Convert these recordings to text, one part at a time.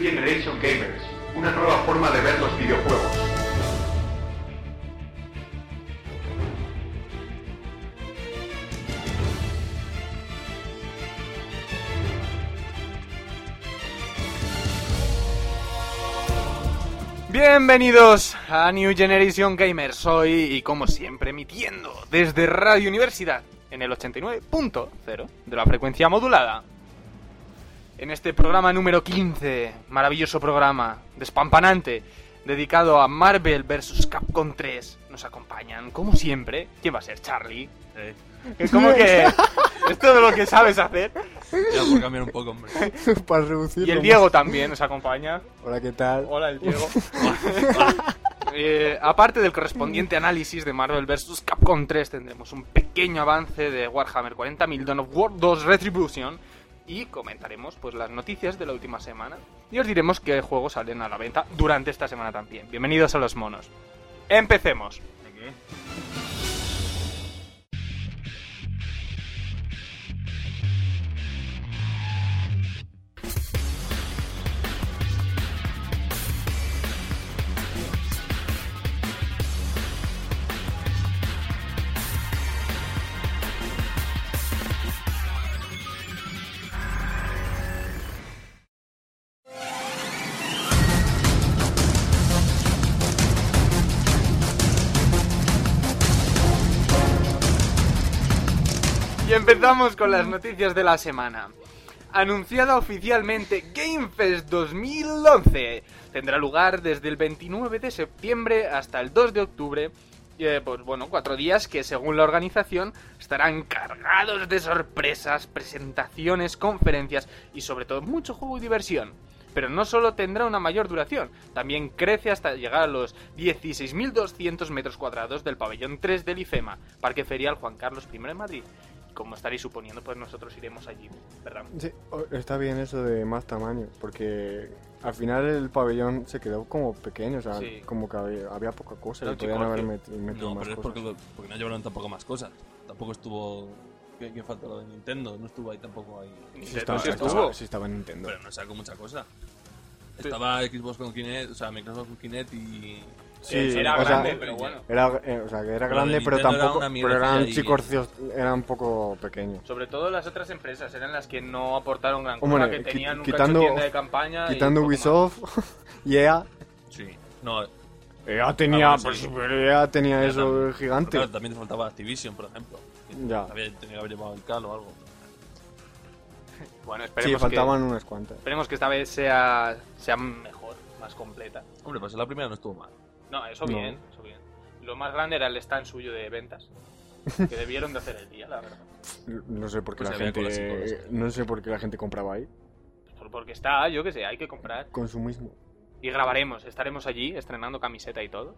Generation Gamers, una nueva forma de ver los videojuegos. Bienvenidos a New Generation Gamer. Soy, y como siempre, emitiendo desde Radio Universidad en el 89.0 de la frecuencia modulada. En este programa número 15, maravilloso programa, despampanante, dedicado a Marvel vs. Capcom 3, nos acompañan, como siempre, ¿quién va a ser? Charlie. ¿Cómo que es todo lo que sabes hacer? Ya, por cambiar un poco, hombre. Para reducirlo. Y el Diego también nos acompaña. Hola, ¿qué tal? Hola, el Diego. Eh, aparte del correspondiente análisis de Marvel vs. Capcom 3, tendremos un pequeño avance de Warhammer 40.000 Dawn of War 2 Retribution y comentaremos pues, las noticias de la última semana y os diremos qué juegos salen a la venta durante esta semana también. Bienvenidos a los monos. Empecemos. Y empezamos con las noticias de la semana. Anunciada oficialmente Game Fest 2011. Tendrá lugar desde el 29 de septiembre hasta el 2 de octubre. Eh, pues bueno, cuatro días que según la organización estarán cargados de sorpresas, presentaciones, conferencias y sobre todo mucho juego y diversión. Pero no solo tendrá una mayor duración, también crece hasta llegar a los 16.200 metros cuadrados del pabellón 3 del IFEMA, Parque Ferial Juan Carlos I de Madrid. Como estaréis suponiendo, pues nosotros iremos allí, ¿verdad? Sí, o- está bien eso de más tamaño, porque al final el pabellón se quedó como pequeño, o sea, Sí. como que había, había poca cosa, Era le podían chicorce. haber meti- metido No, más pero es cosas. porque, lo- porque no llevaron tampoco más cosas. Tampoco estuvo. ¿Qué, qué falta lo de Nintendo? No estuvo ahí tampoco ahí. Sí, Sí estaba, sí estaba- estuvo. sí estaba en Nintendo. Pero no sacó mucha cosa. Estaba Xbox con Kinect, o sea, Microsoft con Kinect y. Sí, Eh, era o sea, grande, pero bueno. Era, eh, o sea, que era de grande, pero Nintendo era tampoco. una mierda pero eran y- chicorcios, eran un poco pequeños. Sobre todo las otras empresas eran las que no aportaron gran cosa, Hombre, que qui- tenían un cacho quitando- tienda de campaña. y Quitando poco más. Ubisoft, EA. Sí. No, EA tenía, Ah, bueno, sí. pues, EA tenía EA eso también. gigante. claro, también te faltaba Activision, por ejemplo. Ya. Había, tenía que haber llevado el Cal o algo. Bueno, pues esperemos, Sí, que, faltaban unas cuantas. esperemos que esta vez sea, sea mejor, más completa. Hombre, pues la primera no estuvo mal. No, eso No. bien, eso bien. Lo más grande era el stand suyo de ventas, que debieron de hacer el día, la verdad. No sé por qué Pues la había colas y gente. colas. No sé por qué la gente compraba ahí. Por- Porque está, yo qué sé, hay que comprar. Consumismo. Y grabaremos, estaremos allí estrenando camiseta y todo.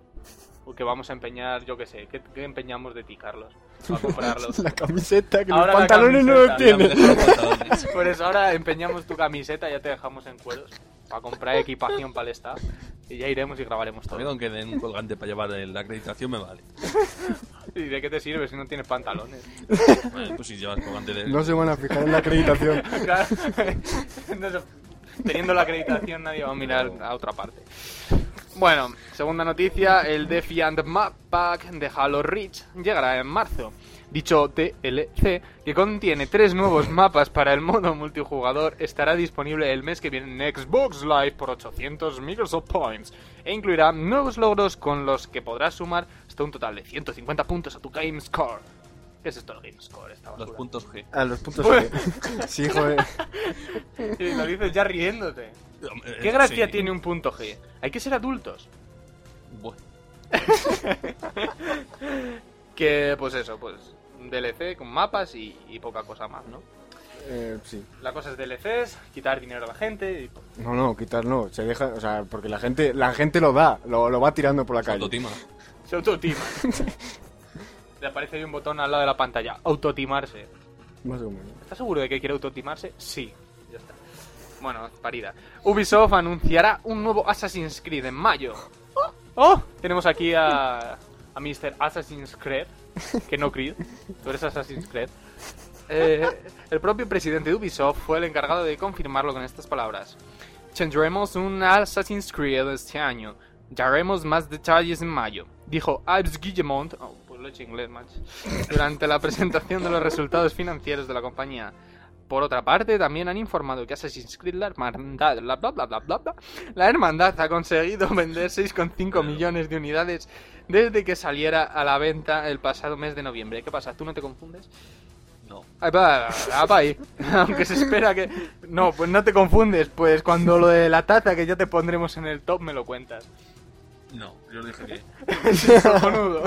Porque vamos a empeñar, yo qué sé, ¿qué, qué empeñamos de ti, Carlos? A comprarlo. La camiseta, que Ahora la los pantalones no camiseta, los tiene. Pantalones. Por eso ahora empeñamos tu camiseta, ya te dejamos en cueros. Para comprar equipación para el staff. Y ya iremos y grabaremos A mí todo. con que den un colgante para llevar el- la acreditación me vale. ¿Y de qué te sirve si no tienes pantalones? Vale, pues si llevas colgante de... No se van a fijar en la acreditación. Claro. No se- Teniendo la acreditación nadie va a mirar a otra parte. Bueno, segunda noticia, el Defiant Map Pack de Halo Reach llegará en marzo. Dicho TLC, que contiene tres nuevos mapas para el modo multijugador, estará disponible el mes que viene en Xbox Live por 800 Microsoft Points e incluirá nuevos logros con los que podrás sumar hasta un total de 150 puntos a tu Game Score. ¿Qué es esto el Game Score? Esta Los basura? puntos G. A los puntos G. Sí, joder. Y lo dices ya riéndote. Hombre, ¿Qué eh, gracia sí. tiene un punto G? Hay que ser adultos. Bueno, Que, pues eso, pues DLC con mapas y, y poca cosa más, ¿no? Eh, sí. La cosa es DLCs, quitar dinero a la gente y... pues, No, no, quitar no. Se deja, o sea, porque la gente, la gente lo da, lo, lo va tirando por la se calle. autotima. Se autotima. Le aparece ahí un botón al lado de la pantalla. Autotimarse. Más o menos. ¿Estás seguro de que quiere autotimarse? Sí. Ya está. Bueno, parida. Ubisoft anunciará un nuevo Assassin's Creed en mayo. ¡Oh! Tenemos aquí a, a Mr. Assassin's Creed, que no Creed. Tú eres Assassin's Creed. Eh, el propio presidente de Ubisoft fue el encargado de confirmarlo con estas palabras. Tendremos un Assassin's Creed este año. Daremos más detalles en mayo. Dijo Yves Guillemot, oh, pues lo he hecho en inglés, macho, durante la presentación de los resultados financieros de la compañía. Por otra parte, también han informado que Assassin's Creed, la hermandad, bla, bla, bla, bla, bla, bla, la hermandad ha conseguido vender 6,5 millones de unidades desde que saliera a la venta el pasado mes de noviembre. ¿Qué pasa? ¿Tú no te confundes? No. Ahí va, ahí va ahí. Aunque se espera que... No, pues no te confundes, pues cuando lo de la taza que ya te pondremos en el top me lo cuentas. No, yo os dije que. Cojonudo.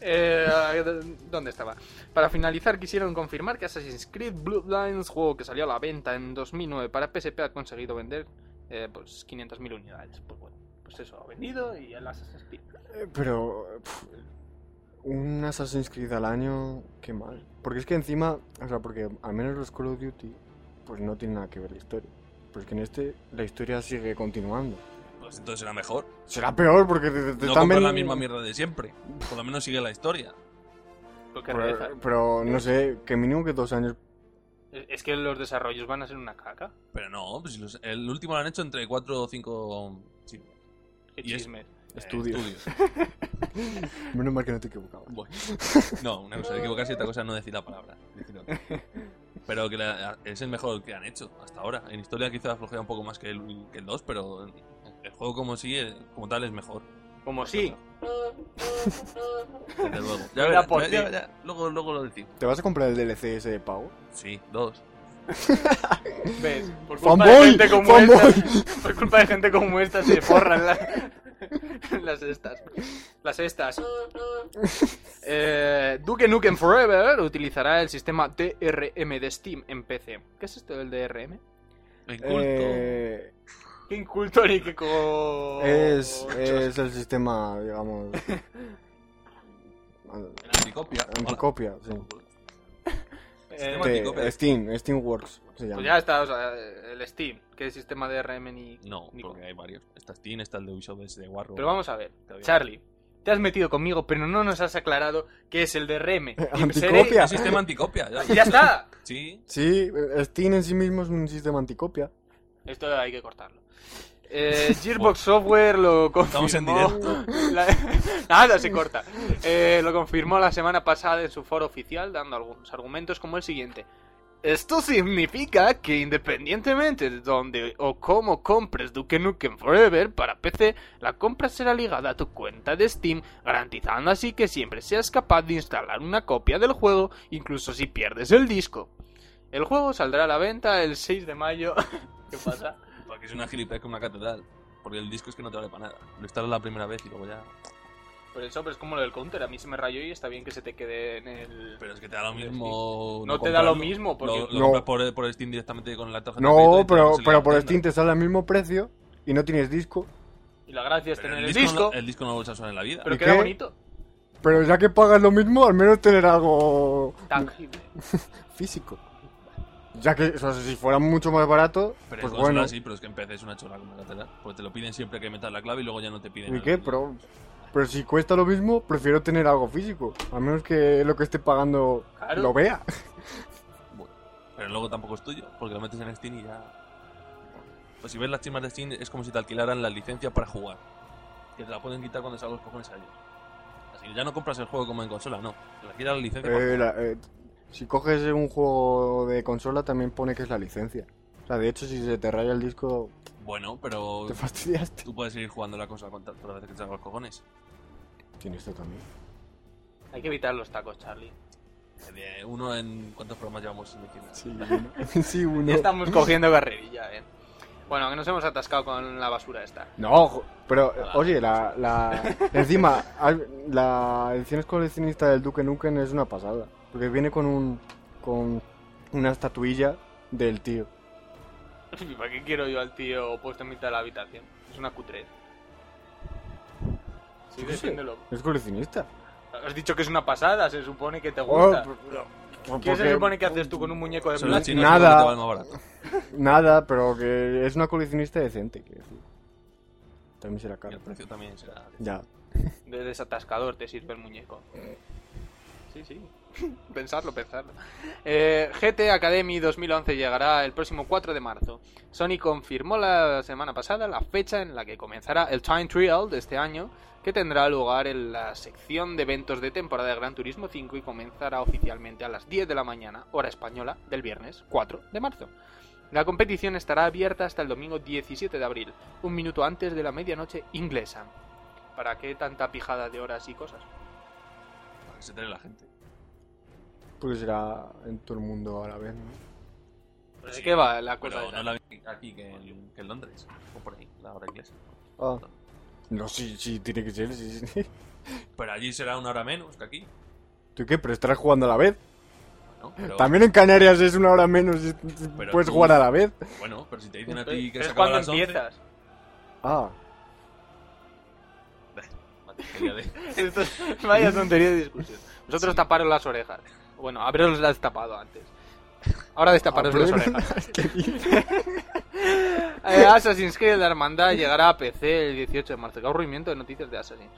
Eh, ¿Dónde estaba? Para finalizar, quisieron confirmar que Assassin's Creed Bloodlines, juego que salió a la venta en 2009 para PSP, ha conseguido vender eh, pues 500.000 unidades. Pues bueno, pues eso, ha vendido y el Assassin's Creed. Eh, Pero. pf, un Assassin's Creed al año, qué mal. Porque es que encima, o sea, porque al menos los Call of Duty, pues no tiene nada que ver la historia. Pero es que en este la historia sigue continuando. Pues entonces será mejor. Será peor porque te, te- te No están comprar la vendiendo- misma mierda de siempre. Por lo menos sigue la historia. Lo que Pues- realiza- Pero, pero no sé, que mínimo que dos años. Es que los desarrollos van a ser una caca. Pero no, pues los- el último lo han hecho entre 4 o eh, 5 Qué Y es- chisme. Estudios. Menos mal que no te equivocaba. Bueno. No, una cosa es equivocarse y otra cosa es no decir la palabra. Decir otra. Pero que la- es el mejor que han hecho hasta ahora. En historia quizás flojea un poco más que el, que el 2, pero el juego como sí, como tal, es mejor. Como sí. Desde luego. Ya Era verás, por ya- ti. ya- ya. Luego, luego lo decimos. ¿Te vas a comprar el DLC ese de pago? Sí, dos. ¿Ves? Por culpa de ¡Fanboy! gente como ¡Fanboy! esta. Por culpa de gente como esta se forran las. las estas. Las estas. Eh, Duke Nukem Forever utilizará el sistema DRM de Steam en PC. ¿Qué es esto del DRM? En culto. Eh, Qué inculto ni qué co... es, es el sistema, digamos. En anticopia. Anticopia, sí. Eh, Sistema- De Steam, Steamworks se llama. pues ya está, o sea, el Steam, que es sistema DRM ni... No, ni co- porque hay varios. Está Steam, está el de Ubisoft, ese de Warro. Pero vamos a ver, Está bien. Charlie, te has metido conmigo, pero no nos has aclarado qué es el DRM. Y seré- Anticopia. Un sistema anticopia. Ya, ¡Ya está! Sí. Sí, eh, Steam en sí mismo es un sistema anticopia. Esto hay que cortarlo. Eh, Gearbox Software lo confirmó. Estamos en la- Nada se corta. Eh, lo confirmó la semana pasada en su foro oficial, dando algunos argumentos como el siguiente. Esto significa que independientemente de dónde o cómo compres Duke Nukem Forever para PC, la compra será ligada a tu cuenta de Steam, garantizando así que siempre seas capaz de instalar una copia del juego, incluso si pierdes el disco. El juego saldrá a la venta el 6 de mayo. ¿Qué pasa? Porque es una gilipollas como una catedral. Porque el disco es que no te vale para nada. Lo instalas la primera vez y luego ya. Por eso, pero es como lo del counter. A mí se me rayó y está bien que se te quede en el. Pero es que te da lo mismo. No te da lo comprarlo. mismo, porque- Lo, lo No. compras por, por Steam directamente con la tarjeta. de crédito y No, te lo pero, sale pero en la por tienda. Steam te sale al mismo precio y no tienes disco. Y la gracia es Pero tener el disco. no- el disco no lo usas en la vida. Pero ¿Y queda qué? bonito. Pero ya que pagas lo mismo, al menos tener algo Tangible. físico. Ya que o sea, si fuera mucho más barato, Pero pues en consola bueno. sí, pero es que en PC es una chorrada como la catedral. Pues te lo piden siempre que metas la clave y luego ya no te piden. ¿Y el- qué? Pero, pero si cuesta lo mismo, prefiero tener algo físico. A menos que lo que esté pagando Claro. lo vea. Pero luego tampoco es tuyo, porque lo metes en Steam y ya. Pues si ves las chimas de Steam, es como si te alquilaran las licencias para jugar. Que te la pueden quitar cuando salgan los cojones a ellos. Así que ya no compras el juego como en consola, no. Te alquilas la licencia para Eh, la- eh, si coges un juego de consola, también pone que es la licencia. O sea, de hecho, si se te raya el disco, jugar. Bueno, pero te fastidiaste. tú puedes seguir jugando la cosa con todas las veces que te salgan los cojones. Tiene esto también. Hay que evitar los tacos, Charlie. Eh, Uno en... ¿Cuántos programas llevamos sin decir nada? Sí, uno. sí, uno. Ya estamos cogiendo carrerilla, eh. Bueno, que nos hemos atascado con la basura esta. No, jo- pero, Ah. eh, oye, la, la- encima, al- la edición coleccionista del Duque Nukem es una pasada. Porque viene con un con una estatuilla del tío. ¿Y ¿Para qué quiero yo al tío puesto en mitad de la habitación? Es una cutre. Sí, Yo qué sé. defiéndelo. Es coleccionista. Has dicho que es una pasada, se supone que te Oh, gusta. pero- pero ¿Qué porque- se supone que haces tú con un muñeco de Son los plástico? chinos Nada. seguro que te valen más barato. Nada, pero que es una coleccionista decente, quiero decir. También será Y el caro. precio también será... Ya. De desatascador te sirve el muñeco. Sí, sí. pensarlo, pensarlo. Eh, GT Academy 2011 llegará el próximo 4 de marzo. Sony confirmó la semana pasada la fecha en la que comenzará el Time Trial de este año, que tendrá lugar en la sección de eventos de temporada de Gran Turismo 5 y comenzará oficialmente a las 10 de la mañana, hora española, del viernes 4 de marzo. La competición estará abierta hasta el domingo 17 de abril, un minuto antes de la medianoche inglesa. ¿Para qué tanta pijada de horas y cosas? Para que se trae la gente. Porque será en todo el mundo a la vez, ¿no? Pues Sí, que va la cosa Pero de no la vi aquí que en, que en Londres, o por ahí, la hora inglesa. Ah. No, sí, sí, tiene que ser, sí, sí. Pero allí será una hora menos que aquí. ¿Tú qué? ¿Pero estarás jugando a la vez? ¿no? Pero, También en Canarias es una hora menos, es- puedes tú- jugar a la vez. Bueno, pero si te dicen a ti que se Es acaba a cuando las 11... empiezas. Ah, Vale, quería de- Esto es- vaya tontería de discusión. Vosotros taparos las orejas. Bueno, habréis las tapado antes. Ahora destaparos las Abrir- orejas. ¿Qué dices? Eh, Assassin's Creed La Hermandad llegará a PC el 18 de marzo. Qué aburrimiento de noticias de Assassin.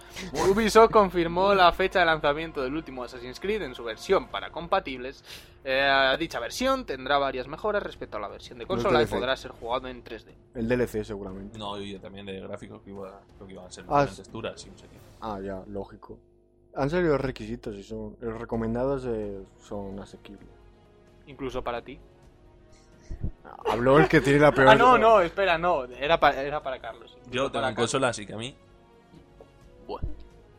Ubisoft confirmó la fecha de lanzamiento del último Assassin's Creed en su versión para compatibles. Eh, dicha versión tendrá varias mejoras respecto a la versión de No te consola y dejes. podrá ser jugado en 3D. El DLC seguramente. No, yo también de gráficos que iba, creo que iban a ser Ah, unas sí. texturas y no sé qué. Ah, ya, lógico. Han salido requisitos y son los recomendados eh, son asequibles. Incluso para ti. Habló el que tiene la peor. Ah, no, no, espera, no. Era, pa- era para Carlos. Yo tengo para en consola, así que a mí...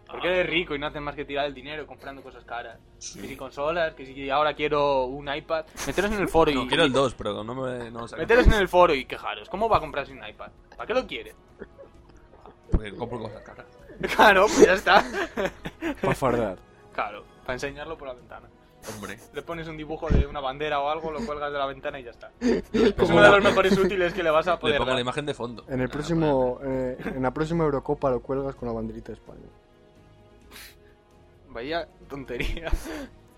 Porque eres rico y no haces más que tirar el dinero comprando cosas caras. Que si Sí. consolas, que si ahora quiero un iPad. Meteros en el foro y. No, quiero el 2, pero no me... No, lo sacan. Meteros en el foro y quejaros. ¿Cómo va a comprarse un iPad? ¿Para qué lo quiere? Porque compro cosas caras. Claro, pues ya está. Para fardar. Claro, para enseñarlo por la ventana. Hombre. Le pones un dibujo de una bandera o algo, lo cuelgas de la ventana y ya está. Es Como uno de los la- mejores útiles que le vas a Le poder pongo la dar. imagen de fondo. En el Ah, próximo. eh, en la próxima Eurocopa lo cuelgas con la banderita de España. Vaya tontería.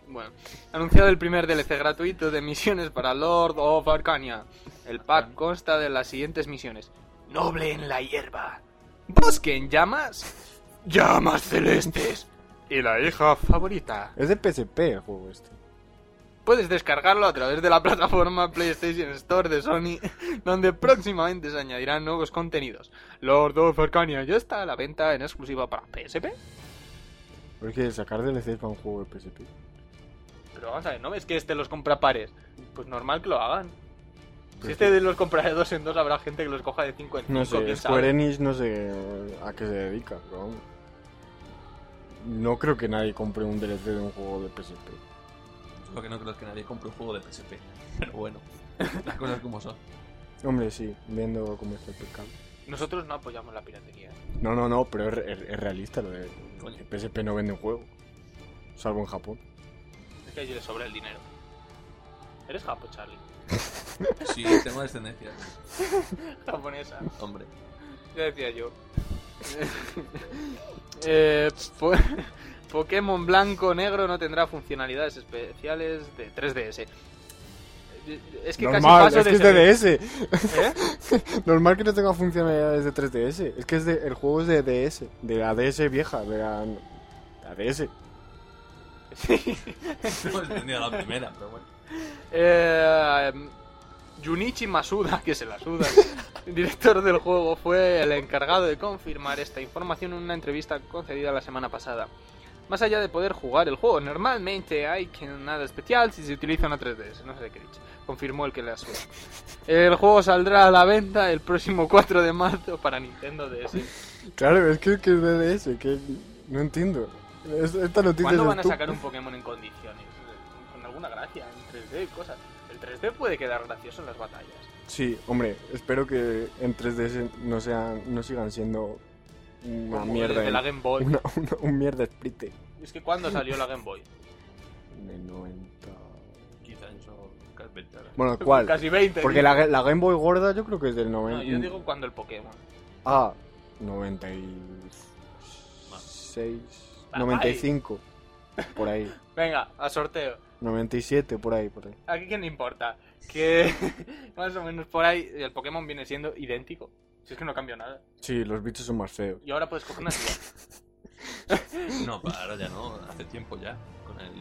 Bueno, anunciado el primer DLC gratuito de misiones para Lord of Arcania. El pack consta de las siguientes misiones: Noble en la hierba, Bosque en llamas, Llamas celestes y la hija favorita. Es de PSP el juego este. Puedes descargarlo a través de la plataforma PlayStation Store de Sony, donde próximamente se añadirán nuevos contenidos. Lord of Arcania ya está a la venta en exclusiva para PSP. Pero es que sacar DLCs para un juego de PSP. Pero vamos a ver, ¿no ves que este los compra pares? Pues normal que lo hagan. Si Pero este es de los compra de dos en dos, habrá gente que los coja de cinco en que- No cinco, sé, quién Square sabe. Enix no sé eh, a qué se dedica, pero vamos. No creo que nadie compre un DLC de un juego de PSP. Lo que no creo es que nadie compre un juego de PSP. Pero bueno, las cosas como son. Hombre, sí, viendo cómo está el pecado. Nosotros no apoyamos la piratería. No, no, no, pero es, re- es- es realista lo de. Coño. el PSP no vende un juego. Salvo en Japón. Es que a ellos les sobra el dinero. Eres japo, Charlie. Sí, tengo descendencia. Japonesa. Hombre. Ya decía yo. Eh, po- Pokémon blanco negro no tendrá funcionalidades especiales de 3DS. Eh, Es que Normal, casi es paso que es de ese- de ¿Eh? DS. Normal que no tenga funcionalidades de 3DS. Es que es de, el juego es de DS. De la DS vieja, de la. La DS. Sí. No he entendido la primera, pero bueno. Eh, Junichi Masuda, que se la suda, director del juego, fue el encargado de confirmar esta información en una entrevista concedida la semana pasada. Más allá de poder jugar el juego, normalmente hay que nada especial si se utiliza una 3DS, no sé qué he dicho. Confirmó el que le asuda. El juego saldrá a la venta el próximo 4 de marzo para Nintendo DS. Claro, es que, que es de DS. Que no entiendo. Es- esta noticia ¿Cuándo es van a estúpida. sacar un Pokémon en condiciones? Con alguna gracia, en 3D y cosas. El 3D puede quedar gracioso en las batallas. Sí, hombre, espero que en 3DS no, sean, no sigan siendo. Una Como mierda. desde la Game Boy. una- una- un mierda sprite. Es que cuando salió la Game Boy. En el 90. Quizá yo... Bueno, ¿cuál? Casi 20. Porque Mm. tío. la, la Game Boy gorda yo creo que es del 90. No, yo digo cuando el Pokémon. Ah, 96. Papá, 95. Por ahí. Venga, a sorteo. 97, por ahí, por ahí. Aquí que no importa. Que más o menos por ahí el Pokémon viene siendo idéntico. Si es que no cambió nada. Sí, los bichos son más feos. Y ahora puedes coger una tía. No, para ahora ya no, hace tiempo ya. Con el,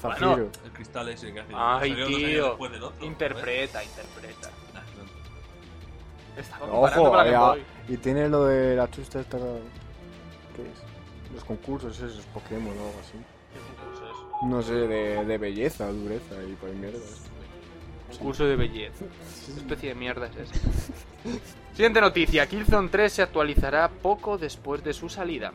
Zafiro. Bueno, el cristal ese que hace. Ay, salió dos años tío. después del otro, Interpreta, interpreta. ¿eh? Ah, no. Estaba comparando Ojo, con la ahí Game va. Boy. Y tiene lo de la chusta esta. ¿Qué es? Los concursos esos, Pokémon o algo así. No sé, de, de belleza, dureza y pues mierdas. Un curso de belleza. Qué especie de mierda es esa. Siguiente noticia. Killzone 3 se actualizará poco después de su salida.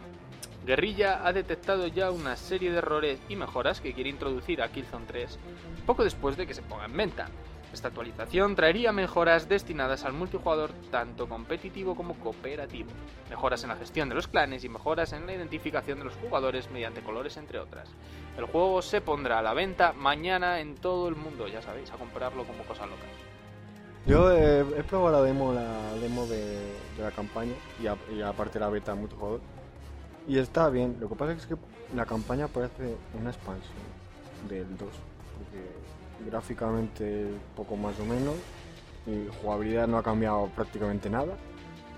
Guerrilla ha detectado ya una serie de errores y mejoras que quiere introducir a Killzone 3 poco después de que se ponga en venta. Esta actualización traería mejoras destinadas al multijugador tanto competitivo como cooperativo, mejoras en la gestión de los clanes y mejoras en la identificación de los jugadores mediante colores entre otras. El juego se pondrá a la venta mañana en todo el mundo, ya sabéis, a comprarlo como cosa loca. Yo eh, he probado la demo, la demo de, de la campaña y, a- y aparte la beta multijugador. Y está bien, lo que pasa es que la campaña parece una expansión del 2, porque gráficamente poco más o menos y jugabilidad no ha cambiado prácticamente nada,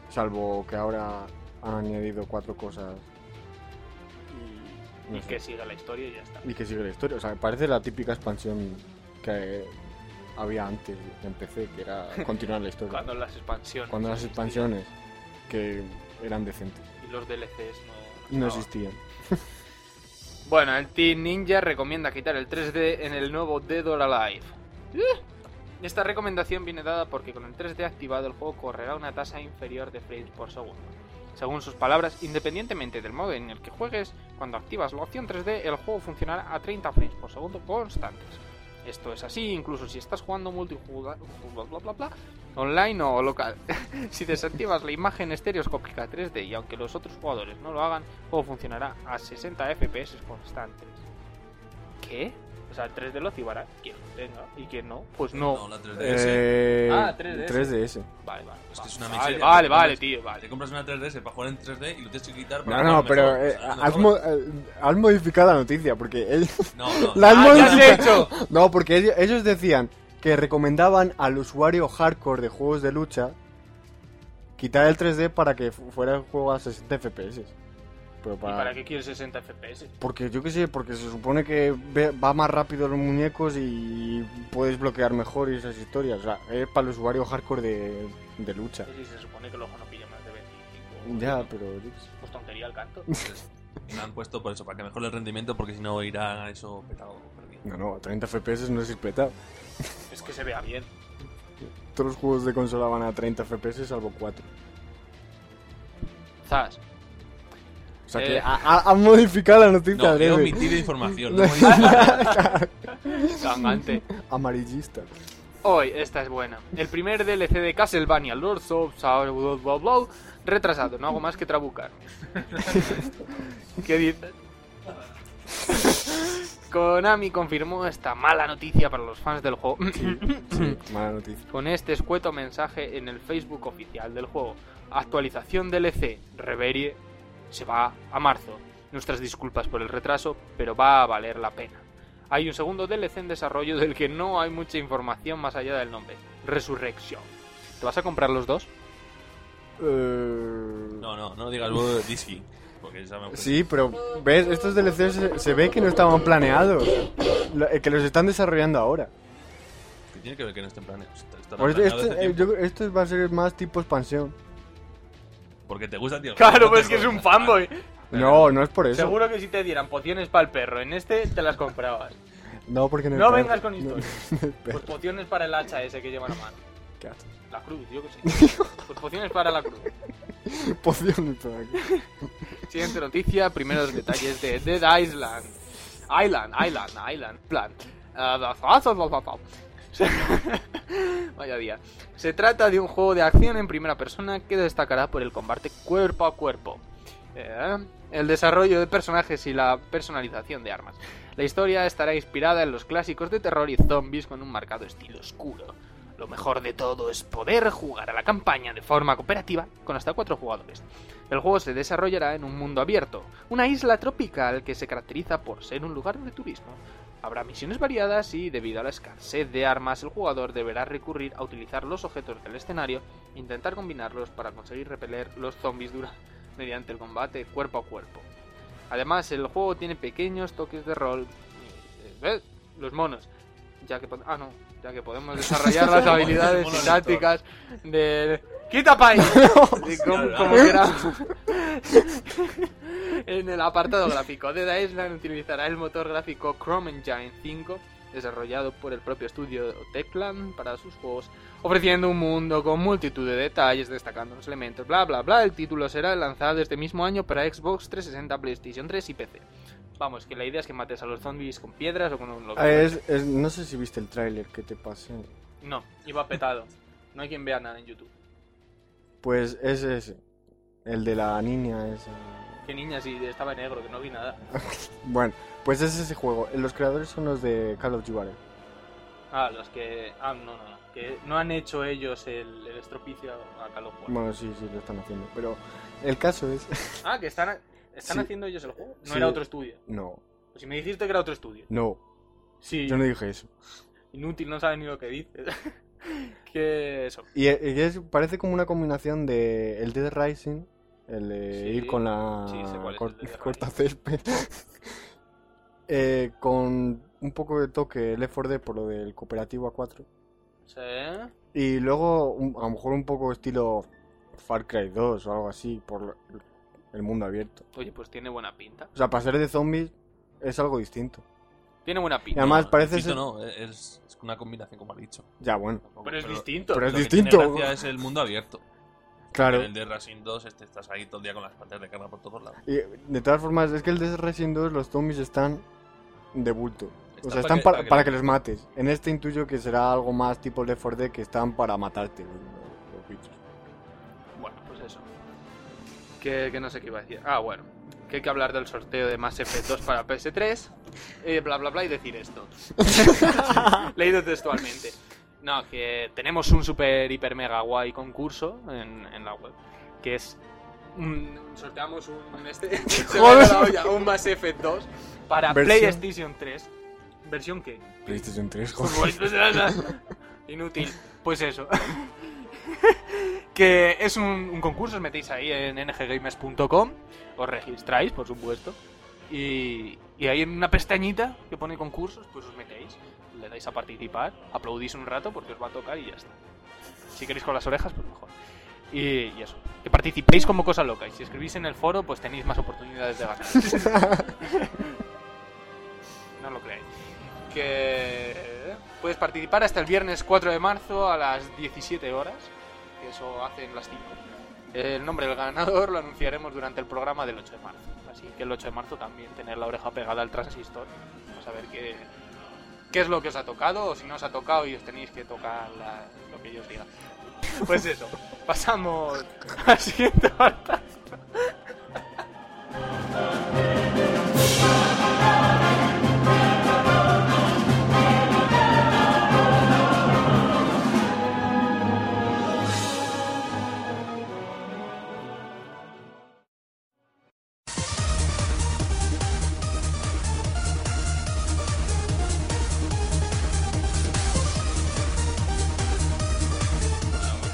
salvo que ahora han añadido cuatro cosas y, no Y sé, que siga la historia y ya está. y que sigue la historia. O sea, parece la típica expansión que había antes en PC, que era continuar la historia Cuando las expansiones. cuando las existían expansiones que eran decentes Y los DLCs no. no no. existían. Bueno, el Team Ninja recomienda quitar el 3D en el nuevo Dead or Alive. ¡Eh! Esta recomendación viene dada porque con el 3D activado el juego correrá una tasa inferior de frames por segundo. Según sus palabras, independientemente del modo en el que juegues, cuando activas la opción 3D el juego funcionará a 30 frames por segundo constantes. Esto es así incluso si estás jugando multijugador bla, bla, bla, bla, online o local. si desactivas la imagen estereoscópica 3D y aunque los otros jugadores no lo hagan, el juego funcionará a 60 FPS constantes. ¿Qué? O sea, el 3D lo activará quien lo tenga y quien no, pues no. No, la 3DS. Eh, Ah, 3DS. Vale, vale. Es que vale. es una vale, miseria, vale, te compras- vale, tío, Te vale. compras una 3DS para jugar en 3D y lo tienes que quitar para No, no, jugar pero mejor. eh, O sea, no has, jodas. mo- eh, has modificado la noticia porque él- No, no. la has Ah, ya lo he modificado. hecho. No, porque ellos, ellos decían que recomendaban al usuario hardcore de juegos de lucha quitar el 3D para que fu- fuera el juego a 60 FPS. Pero ¿Y para qué quieres 60 FPS? Porque yo qué sé, porque se supone que ve- va más rápido los muñecos y puedes bloquear mejor y esas historias. O sea, es para el usuario hardcore de, de lucha. Pues si se supone que el ojo no pilla más de 25. Ya, pero yo qué sé. Pues tontería al canto. Entonces, Me han puesto por eso, para que mejore el rendimiento, porque si no irá eso petado. perdido. No, no, a 30 FPS no es petado. Es que se vea bien. Todos los juegos de consola van a 30 FPS salvo 4. Zas. O sea Eh. que ha- ha- han modificado la noticia No, he adrede. omitido información. no he omitido- Cangante. Amarillista. Hoy, esta es buena. El primer DLC de Castlevania, Lords of Shadow, blah, blah, blah, retrasado, no hago más que trabucar. ¿Qué dices? Konami confirmó esta mala noticia para los fans del juego. Sí, sí, mala noticia. con este escueto mensaje en el Facebook oficial del juego. Actualización DLC, Reverie, se va a marzo. Nuestras disculpas por el retraso, pero va a valer la pena. Hay un segundo DLC en desarrollo del que no hay mucha información más allá del nombre, Resurrection. ¿Te vas a comprar los dos? Eh, No, no, no digas luego de Disney. Porque ya me ofende. Sí, pero ves, estos DLCs se, se ve que no estaban planeados. Lo- eh, que los están desarrollando ahora. Que tiene que ver que no estén planeados. eh, Está- está Por eso planeado este, hace eh, tiempo. yo- esto va a ser más tipo expansión. Porque te gusta, tío. Claro, pues pues que es un fanboy. No, no es por eso. Seguro que si te dieran pociones para el perro en este, te las comprabas. No, porque No está- vengas con no- Pues pociones para el hacha ese que lleva la mano. ¿Qué haces? La cruz, yo que sé. Pues pociones para la cruz. Pociones por aquí. Siguiente noticia, primeros detalles de Dead Island. Island, Island, Island, plan. Vaya día. Se trata de un juego de acción en primera persona que destacará por el combate cuerpo a cuerpo. Eh, el desarrollo de personajes y la personalización de armas. La historia estará inspirada en los clásicos de terror y zombies con un marcado estilo oscuro. Lo mejor de todo es poder jugar a la campaña de forma cooperativa con hasta cuatro jugadores. El juego se desarrollará en un mundo abierto, una isla tropical que se caracteriza por ser un lugar de turismo. Habrá misiones variadas y, debido a la escasez de armas, el jugador deberá recurrir a utilizar los objetos del escenario e intentar combinarlos para conseguir repeler los zombies dura- mediante el combate cuerpo a cuerpo. Además, el juego tiene pequeños toques de rol eh, ¿ves? Los monos. Ya que, pod- ah, no, ya que podemos desarrollar las habilidades Mono y lector. tácticas del... ¡Quita país! como, como queramos. en el apartado gráfico, Dead Island utilizará el motor gráfico Chrome Engine 5, desarrollado por el propio estudio Techland para sus juegos, ofreciendo un mundo con multitud de detalles, destacando los elementos, bla bla bla. El título será lanzado este mismo año para Xbox 360, PlayStation 3 y PC. Vamos, que la idea es que mates a los zombies con piedras o con un loco. Ah, es- es- no sé si viste el tráiler que te pasé. No, iba petado. No hay quien vea nada en YouTube. Pues es ese. El de la niña esa. Qué niña, si estaba en negro, que no vi nada. Bueno, pues es ese juego. Los creadores son los de Call of Duty. ¿vale? Ah, los que. Ah, no, no, no. Que no han hecho ellos el, el estropicio a Call of Duty. Bueno, sí, sí, lo están haciendo. Pero el caso es... Ah, que están, están Sí. haciendo ellos el juego. No Sí. era otro estudio. No, Pues si me dijiste que era otro estudio. no. Sí, Yo no dije eso. inútil, no sabe ni lo que dices. que eso. Y, eh, y es- parece como una combinación de el Dead Rising, el de Sí, ir con la sí, sé cuál es el Dead Rising. corta césped, eh, con un poco de toque Left 4 Dead por lo del cooperativo A4, Sí. y luego un- a lo mejor un poco estilo Far Cry 2 o algo así por lo- el mundo abierto. Oye, pues tiene buena pinta. O sea, pasar de zombies es algo distinto. Tiene buena Y pinta. además No, parece distinto ser... no, es, es una combinación, como has dicho. Ya, bueno, pero es Pero- distinto. pero es Lo que distinto. tiene gracia es el mundo abierto. claro. En el de Racing 2 este, estás ahí todo el día con las pantallas de carga por todos lados. Y, de todas formas, es que el de Resident 2 los zombies están de bulto. Están o sea, para están que- para, para que para los- que los mates. En este intuyo que será algo más tipo Left 4 Dead que están para matarte. los- los bichos. Bueno, pues eso. Que, que no sé qué iba a decir. Ah, bueno. Que hay que hablar del sorteo de Mass Effect 2 para PS3. eh, bla, bla, bla y decir esto. Leído textualmente. No, que tenemos un super, hiper, mega guay concurso en, en la web. Que es... un- sorteamos un... Este, se me ha ido la olla, un Mass Effect 2 para Versión- PlayStation 3. ¿Versión qué? PlayStation 3, joder. Futbolistas. Inútil. Pues eso. que es un, un concurso, os metéis ahí en nggamers.com, os registráis, por supuesto, y, y ahí en una pestañita que pone concursos, pues os metéis, le dais a participar, aplaudís un rato porque os va a tocar y ya está. Si queréis con las orejas, pues mejor. Y, y eso, que participéis como cosa loca, y si escribís en el foro, pues tenéis más oportunidades de ganar. no lo creáis que puedes participar hasta el viernes 4 de marzo a las 17 horas, que eso hacen las 5. El nombre del ganador lo anunciaremos durante el programa del 8 de marzo. Así que el 8 de marzo también tener la oreja pegada al transistor para saber qué, qué es lo que os ha tocado o si no os ha tocado y os tenéis que tocar la- lo que yo os diga. Pues eso, pasamos al siguiente apartado.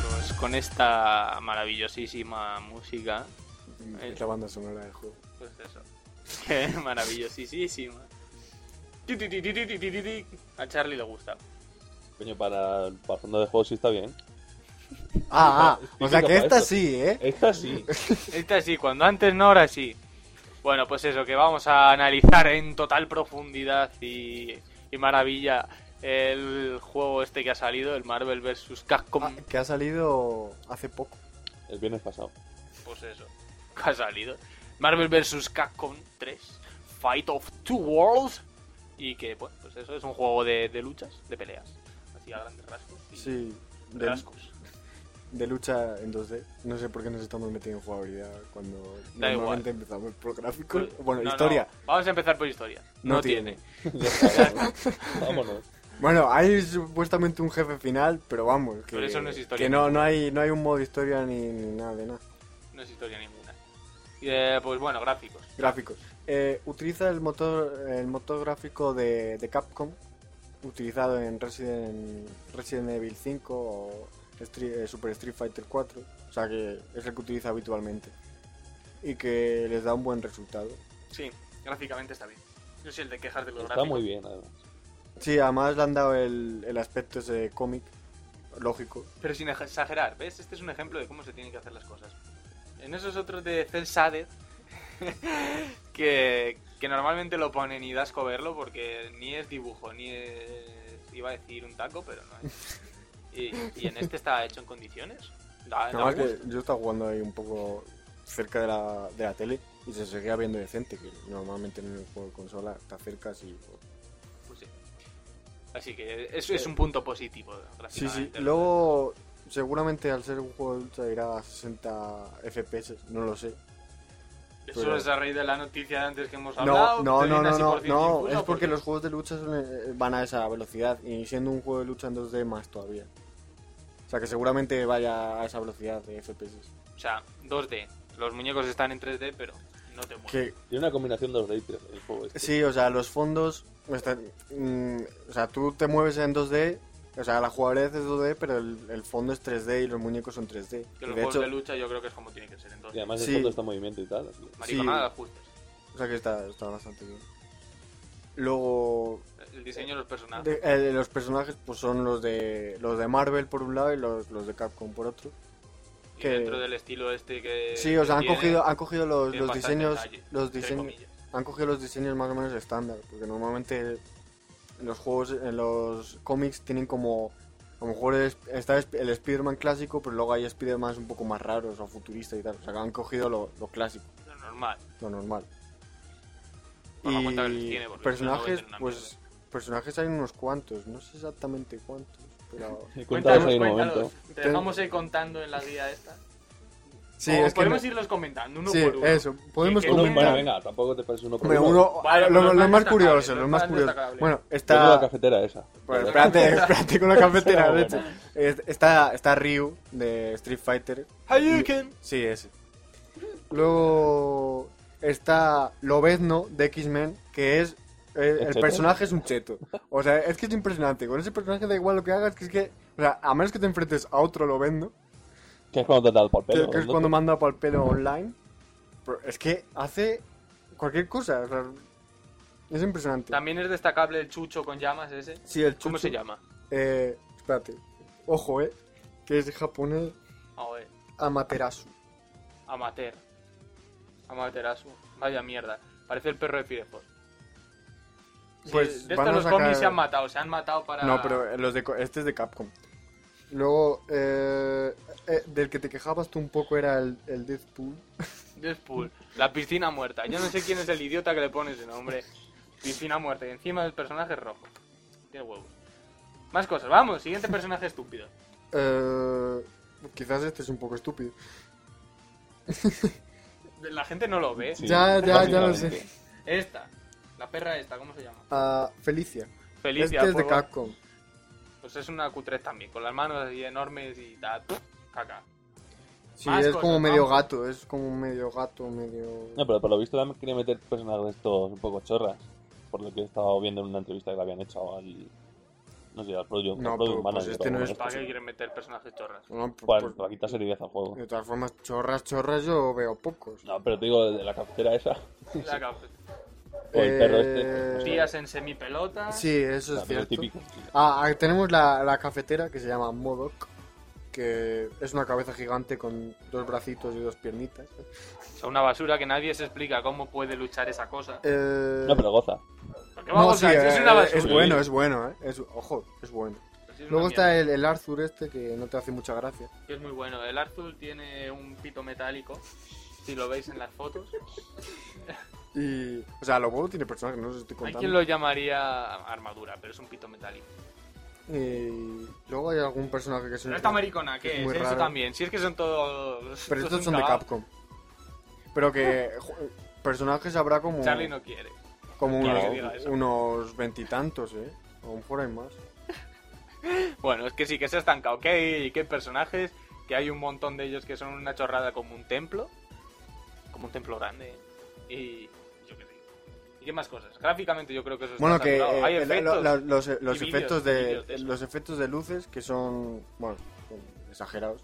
Pues con esta maravillosísima música Es la banda sonora del juego. Pues eso. Qué maravillosísima. Ti, ti, ti, ti, ti, ti, ti, ti, ti. A Charlie le gusta. Coño, para, para el fondo de juego sí está bien. Ah, ah, o Típico sea que para esta esto. sí, ¿eh? Esta sí. Esta sí, cuando antes no, ahora sí. Bueno, pues eso, que vamos a analizar en total profundidad y, y maravilla el juego este que ha salido, el Marvel vs. Capcom. Ah, que ha salido hace poco. El viernes pasado. Pues eso, que ha salido. Marvel vs. Capcom 3, Fight of Two Worlds. Y que, bueno, pues eso es un juego de, de luchas, de peleas. Así a grandes rasgos. y- Sí, de, rasgos. de lucha en 2D. No sé por qué nos estamos metiendo en jugabilidad cuando Da igual. normalmente empezamos por gráficos. Pues, Bueno, no, historia. no. Vamos a empezar por historia. No No, tiene. tiene. Vámonos. Bueno, hay supuestamente un jefe final, pero vamos, que, Pero eso no es historia. que no, no, hay, no hay un modo historia ni, ni nada de nada. No es historia ninguna. Y, eh, pues bueno, gráficos. Gráficos. Eh, utiliza el motor, el motor gráfico de, de Capcom, utilizado en Resident, Resident Evil 5 o Street- eh, Super Street Fighter 4, o sea que es el que utiliza habitualmente y que les da un buen resultado. Sí, gráficamente está bien. Yo soy el de quejas de los Está gráficos. muy bien, además. Sí, además le han dado el, el aspecto ese de cómic, lógico. Pero sin exagerar, ¿ves? Este es un ejemplo de cómo se tienen que hacer las cosas. En esos otros de Cel Shaded, que, que normalmente lo ponen y da asco verlo porque ni es dibujo, ni es... iba a decir un taco, pero no es. Y, y en este está hecho en condiciones. Da, da Nada más gusto. que yo estaba jugando ahí un poco cerca de la, de la tele y se seguía viendo decente, que normalmente en el juego de consola te acercas y... Pues sí. Así que eso es un punto positivo. Sí, sí. gráficamente. Luego, seguramente al ser un juego de lucha irá a 60 FPS, no lo sé. Eso pero- es a raíz de la noticia de antes que hemos hablado. No, no, te no, viene no, así no, por no, 151, es porque los juegos de lucha suelen- van a esa velocidad y siendo un juego de lucha en 2D más todavía. O sea que seguramente vaya a esa velocidad de FPS. O sea, 2D. Los muñecos están en 3D, pero no te mueves. Que Tiene una combinación de los rates el juego este. sí, o sea, los fondos están, mm, o sea, tú te mueves en 2D, o sea, la jugabilidad es 2D, pero el, el fondo es 3D y los muñecos son 3D. Que Y los de juegos hecho, de lucha yo creo que es como tiene que ser. Y Entonces, además Sí. el fondo está en movimiento y tal. así que- mariconada de ajustes. o sea que está, está bastante bien. Luego, El diseño de los personajes. De- eh, de los personajes pues son los de los de Marvel por un lado y los, los de Capcom por otro. y que- dentro del estilo este que. Sí, o sea, han tiene, cogido han cogido los, tiene los bastante diseños detalle, los entre diseños comillas. han cogido los diseños más o menos estándar, porque normalmente en los juegos en los cómics tienen como a lo mejor es- está el Sp- el Spider-Man clásico, pero luego hay Spider-Man un poco más raros o futurista y tal, o sea, que han cogido lo, lo clásico, Lo normal. lo normal. Por la cuenta que les y tiene, porque si no, personajes venden una pues personajes hay unos cuantos, no sé exactamente cuántos, pero Contaos ahí un cuéntanos. momento. Te dejamos ir contando en la guía esta. Sí, O es que podemos no- irlos comentando uno sí, por uno. eso. Podemos que- Uno- comentar. bueno, venga, tampoco te parece uno por Hombre, uno. uno- Vale, lo- los lo, más más curioso, destacables, lo más los más curioso. destacables. Bueno, Tengo la está. cafetera esa. Bueno, Vale. Pues espérate, espérate con la cafetera, Será de hecho. buena. Es- Está, está Ryu de Street Fighter. Hayuken. Sí, ese. Luego está Lobezno de X-Men, que es. eh, el cheto? personaje es un cheto. O sea, es que es impresionante. Con ese personaje da igual lo que hagas, que es que. O sea, a menos que te enfrentes a otro Lobezno, Que es cuando te da el papel. que es ¿no? cuando manda para el pelo online. Pero es que hace cualquier cosa. o sea, es impresionante. También es destacable el chucho con llamas ese. Sí, el ¿Cómo chuchu. se llama? Eh, espérate. Ojo, eh. Que es de japonés Ah, oye, Amaterasu. Amater. Amaterasu. Vaya mierda. Parece el perro de Firefox. Pues de van estos a los sacar- cómics se han matado, se han matado para. No, pero los de, co- este es de Capcom. Luego, eh, eh, del que te quejabas tú un poco era el, el Deadpool. Deadpool, la piscina muerta. Yo no sé quién es el idiota que le pone ese nombre. Piscina muerta. Y encima el personaje es rojo. Tiene huevos. Más cosas, vamos, siguiente personaje estúpido. Eh, quizás este es un poco estúpido. La gente no lo ve. Sí, ya, ya, Ah, ya lo básicamente. sé. Esta, la perra esta, ¿cómo se llama? Ah, Felicia. Felicia. este es de por- Capcom. Pues es una cutrez también, con las manos así enormes y tal. Caca. Sí, Más es como cosas, medio vamos. gato, es como medio gato, medio... No, pero por lo visto también quería meter personajes de estos un poco chorras. Por lo que he estado viendo en una entrevista que le habían hecho al. No sé, al Project. No, al Project pero, pues, Manager, este no o es- algo ¿Para qué así. quieren meter personajes chorras? No, por- Para, por- para quitar seriedad al juego. De todas formas, chorras, chorras yo veo pocos. No, pero te digo, de la cafetera esa. Saca O el perro Eh, este. no sé, Tías en semipelota. Sí, eso es también cierto. típico. Ah, ah, tenemos la, la cafetera que se llama Modoc, que es una cabeza gigante con dos bracitos y dos piernitas. O sea, una basura que nadie se explica cómo puede luchar esa cosa. Eh, No, pero goza. Porque vamos, no, sí, a ver, si es eh, una es, basura. bueno, es bueno, eh. Es, ojo, es bueno. Sí, es Luego una está mierda. el, el Arthur este que no te hace mucha gracia. Que Es muy bueno. El Arthur tiene un pito metálico. Si lo veis en las fotos. Y, o sea, lo bueno tiene personajes, no os estoy Hay contando. quien lo llamaría armadura, pero es un pito metálico. Y luego hay algún personaje que es un- Pero esta maricona, ¿qué Es es? muy Eso raro. también. Si es que son todos. Pero todos estos un son de cagao. Capcom. Pero que jo- personajes habrá como... Charlie no quiere. Como Quiero unos, que diga eso. Pues unos veintitantos, ¿eh? A lo mejor hay más. Bueno, es que sí que se ha estancado. Que hay, que hay personajes, que hay un montón de ellos que son una chorrada como un templo. Como un templo grande. Y. Yo qué sé. ¿Y qué más cosas? Gráficamente yo creo que eso está Bueno, que saturado. eh, Hay el- efectos. lo- lo- los, eh, los vídeos, efectos y de, vídeos de eso. los efectos de luces que son, bueno, son exagerados,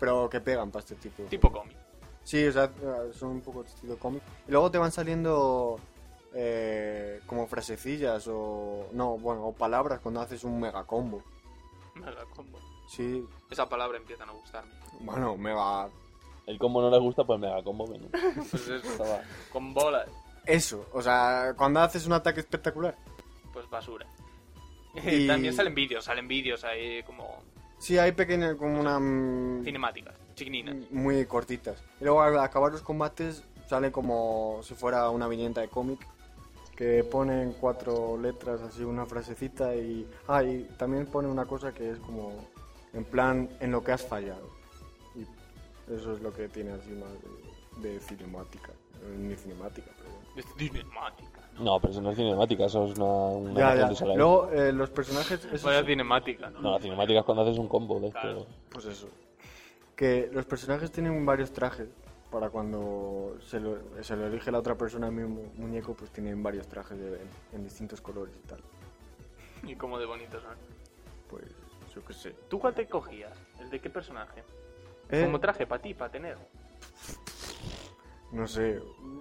pero que pegan para este tipo. de Tipo juegos. cómic. Sí, o sea, son un poco estilo cómic. Y luego te van saliendo eh, como frasecillas o. No, bueno, o palabras cuando haces un mega combo. Mega combo. Sí, Esa palabra empieza a no gustarme. bueno, mega. El combo no le gusta, pues mega combo, venga. Pues eso, Estaba- con bolas, Eso, o sea, cuando haces un ataque espectacular. pues basura. Eh, Y- También salen vídeos, salen vídeos ahí como Sí, hay pequeñas, como una. mm, cinemáticas, chiquininas. muy cortitas. Y luego al acabar los combates sale como si fuera una viñeta de cómic que ponen cuatro letras, así una frasecita y... Ah, y también pone una cosa que es como en plan en lo que has fallado. Y eso es lo que tiene así más de, de cinemática. Eh, Ni cinemática, pero bueno. Es cinemática. No, pero eso no es cinemática, eso es una. una Ya, imagen de ya. Solari. Luego eh, los personajes... esos- Vaya cinemática. No, la cinemática es cuando haces un combo de este, Claro. esto. Pues eso. Que los personajes tienen varios trajes. Para cuando se lo, se lo elige la otra persona, mi mu- muñeco, pues tienen varios trajes de- en, en distintos colores y tal. Y como de bonitos son. Pues yo qué sé. ¿Tú cuál te cogías? ¿El de qué personaje? Eh, Como traje para ti, para tener. no sé.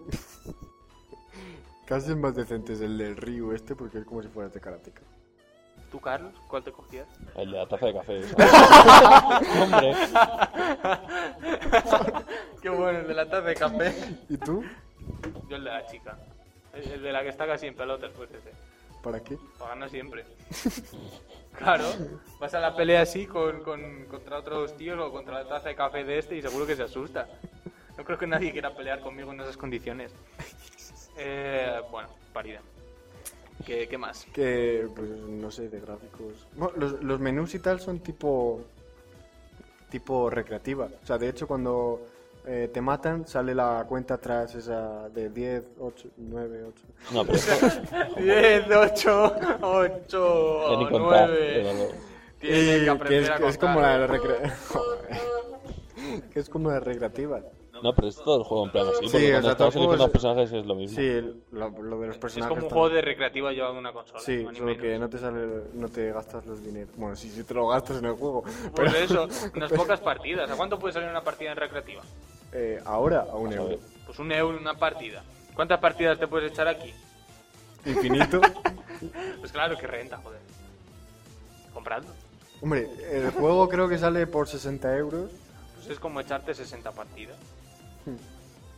Casi el más decente es el del río este, porque es como si fueras de karateka. ¿Tú, Carlos? ¿Cuál te cogías? El de la taza de café. ¿sabes? Hombre, Qué bueno, el de la taza de café. ¿Y tú? Yo el de la chica. El el de la que está casi en pelotas, pues ese. ¿Para qué? Para ganar siempre. Claro, vas a la pelea así con, con- contra otros tíos o contra la taza de café de este y seguro que se asusta. No creo que nadie quiera pelear conmigo en esas condiciones. Eh, bueno, parida. ¿Qué, qué más? Que, pues no sé, de gráficos. Bueno, los, los menús y tal son tipo. tipo recreativa. O sea, de hecho, cuando eh, te matan, sale la cuenta atrás esa de 10, 8, 9, 8. no, pero esto 10, 8, 8, ya ni eh, contar. desde 9. luego. Tiene que Eh, que es, aprender a que es como contar. eh. la recreativa. que es como la recreativa. No, pero es todo el juego en plan así. Porque Sí, o cuando sea, estamos tampoco eligiendo es- los personajes es lo mismo. Sí, el- lo, lo de los Es como personajes. un también. juego de recreativa llevado a una consola. Sí, no, ni solo que menos. no te sale, no te gastas los dineros. Bueno, sí, sí te lo gastas en el juego. Por Pero eso, unas pocas partidas. ¿A cuánto puede salir una partida en recreativa? eh, ahora a un Vamos a euro. ver. Pues un euro una partida. ¿Cuántas partidas te puedes echar aquí? Infinito. Pues claro que renta, joder. Comprando. Hombre, el juego creo que sale por 60 euros. Pues es como echarte 60 partidas.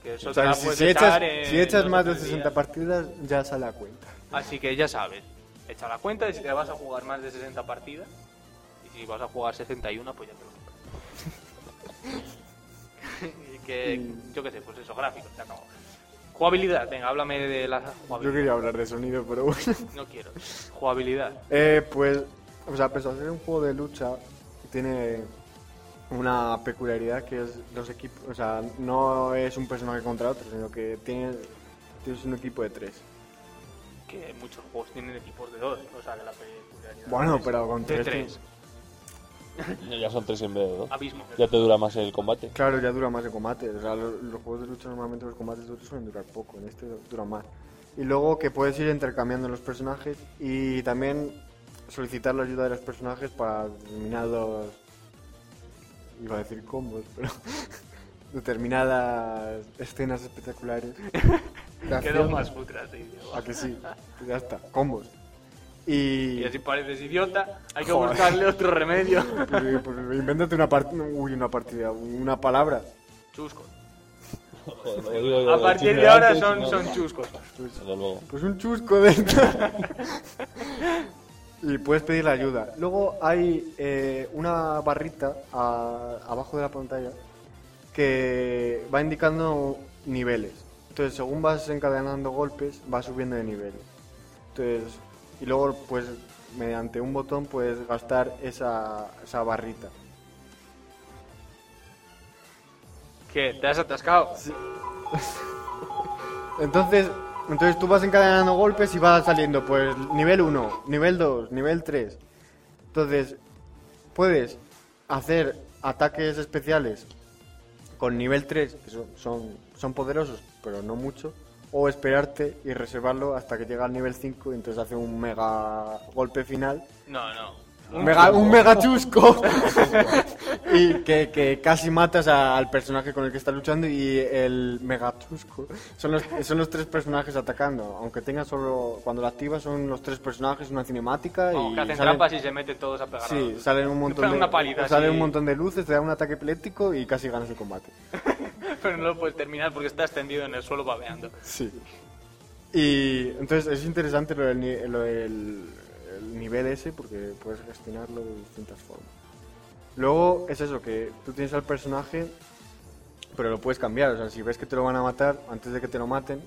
Que eso Hmm. O sea, te la si, puedes si echar echas, en si echas dos o más de tres 60 días. partidas, ya sale a cuenta. Así que ya sabes. Echa la cuenta de si te vas a jugar más de 60 partidas. Y si vas a jugar 61, pues ya te lo compras. Y que, Mm. yo qué sé, pues eso, gráficos, se acabó. Jugabilidad, venga, háblame de la Yo jugabilidad. quería hablar de sonido, pero bueno. No quiero. Jugabilidad. Eh, pues, o sea, a pesar de ser un juego de lucha, tiene una peculiaridad que es los equipos. O sea, no es un personaje contra otro, sino que tiene, tienes un equipo de tres. Que muchos juegos tienen equipos de dos. O sea, que la peculiaridad. Bueno, es pero con de tres. tres. Ya son tres en vez de dos. Abismo. Ya te dura más el combate. Claro, ya dura más el combate. O sea, lo- los, juegos de lucha normalmente los combates de otros suelen durar poco, en este dura más. Y luego que puedes ir intercambiando los personajes y también solicitar la ayuda de los personajes para determinados. iba a decir combos, pero. determinadas escenas espectaculares. de Quedó acción. más putra, sí. A que sí, pues ya está, combos. Y. Y así pareces idiota, hay que Joder. buscarle otro remedio. pues, pues, invéntate una, part- uy, una partida, una palabra. Chusco. Joder, lo digo yo, A el partir chisme de ahora antes, son, no, son no. chuscos. Pues- Desde luego. Pues un chusco de Y puedes pedir la ayuda. Luego hay eh, una barrita a- abajo de la pantalla que va indicando niveles. Entonces, según vas encadenando golpes, vas subiendo de nivel. Entonces, y luego, pues, mediante un botón puedes gastar esa, esa barrita. ¿Qué? ¿Te has atascado? Entonces, entonces tú vas encadenando golpes y vas saliendo, pues nivel 1, nivel 2, nivel 3. Entonces, puedes hacer ataques especiales con nivel 3, que son, son, son poderosos, pero no mucho, o esperarte y reservarlo hasta que llega al nivel 5 y entonces hace un mega golpe final No, no. Un mega, un mega chusco. y que, que casi matas a- al personaje con el que estás luchando y el mega chusco. Son los, son los tres personajes atacando. Aunque tengas solo. Cuando lo activas son los tres personajes, una cinemática. Vamos, y que hacen salen- trampas y se meten todos a pegar. a Sí, los- salen un montón pegan de, una paliza, salen sí. un montón de luces, te dan un ataque epiléptico y casi ganas el combate. Pero no lo puedes terminar porque estás tendido en el suelo babeando. Sí. Y entonces es interesante lo del, ni- lo del- el nivel ese porque puedes gestionarlo de distintas formas. Luego es eso, que tú tienes al personaje, pero lo puedes cambiar. O sea, si ves que te lo van a matar antes de que te lo maten,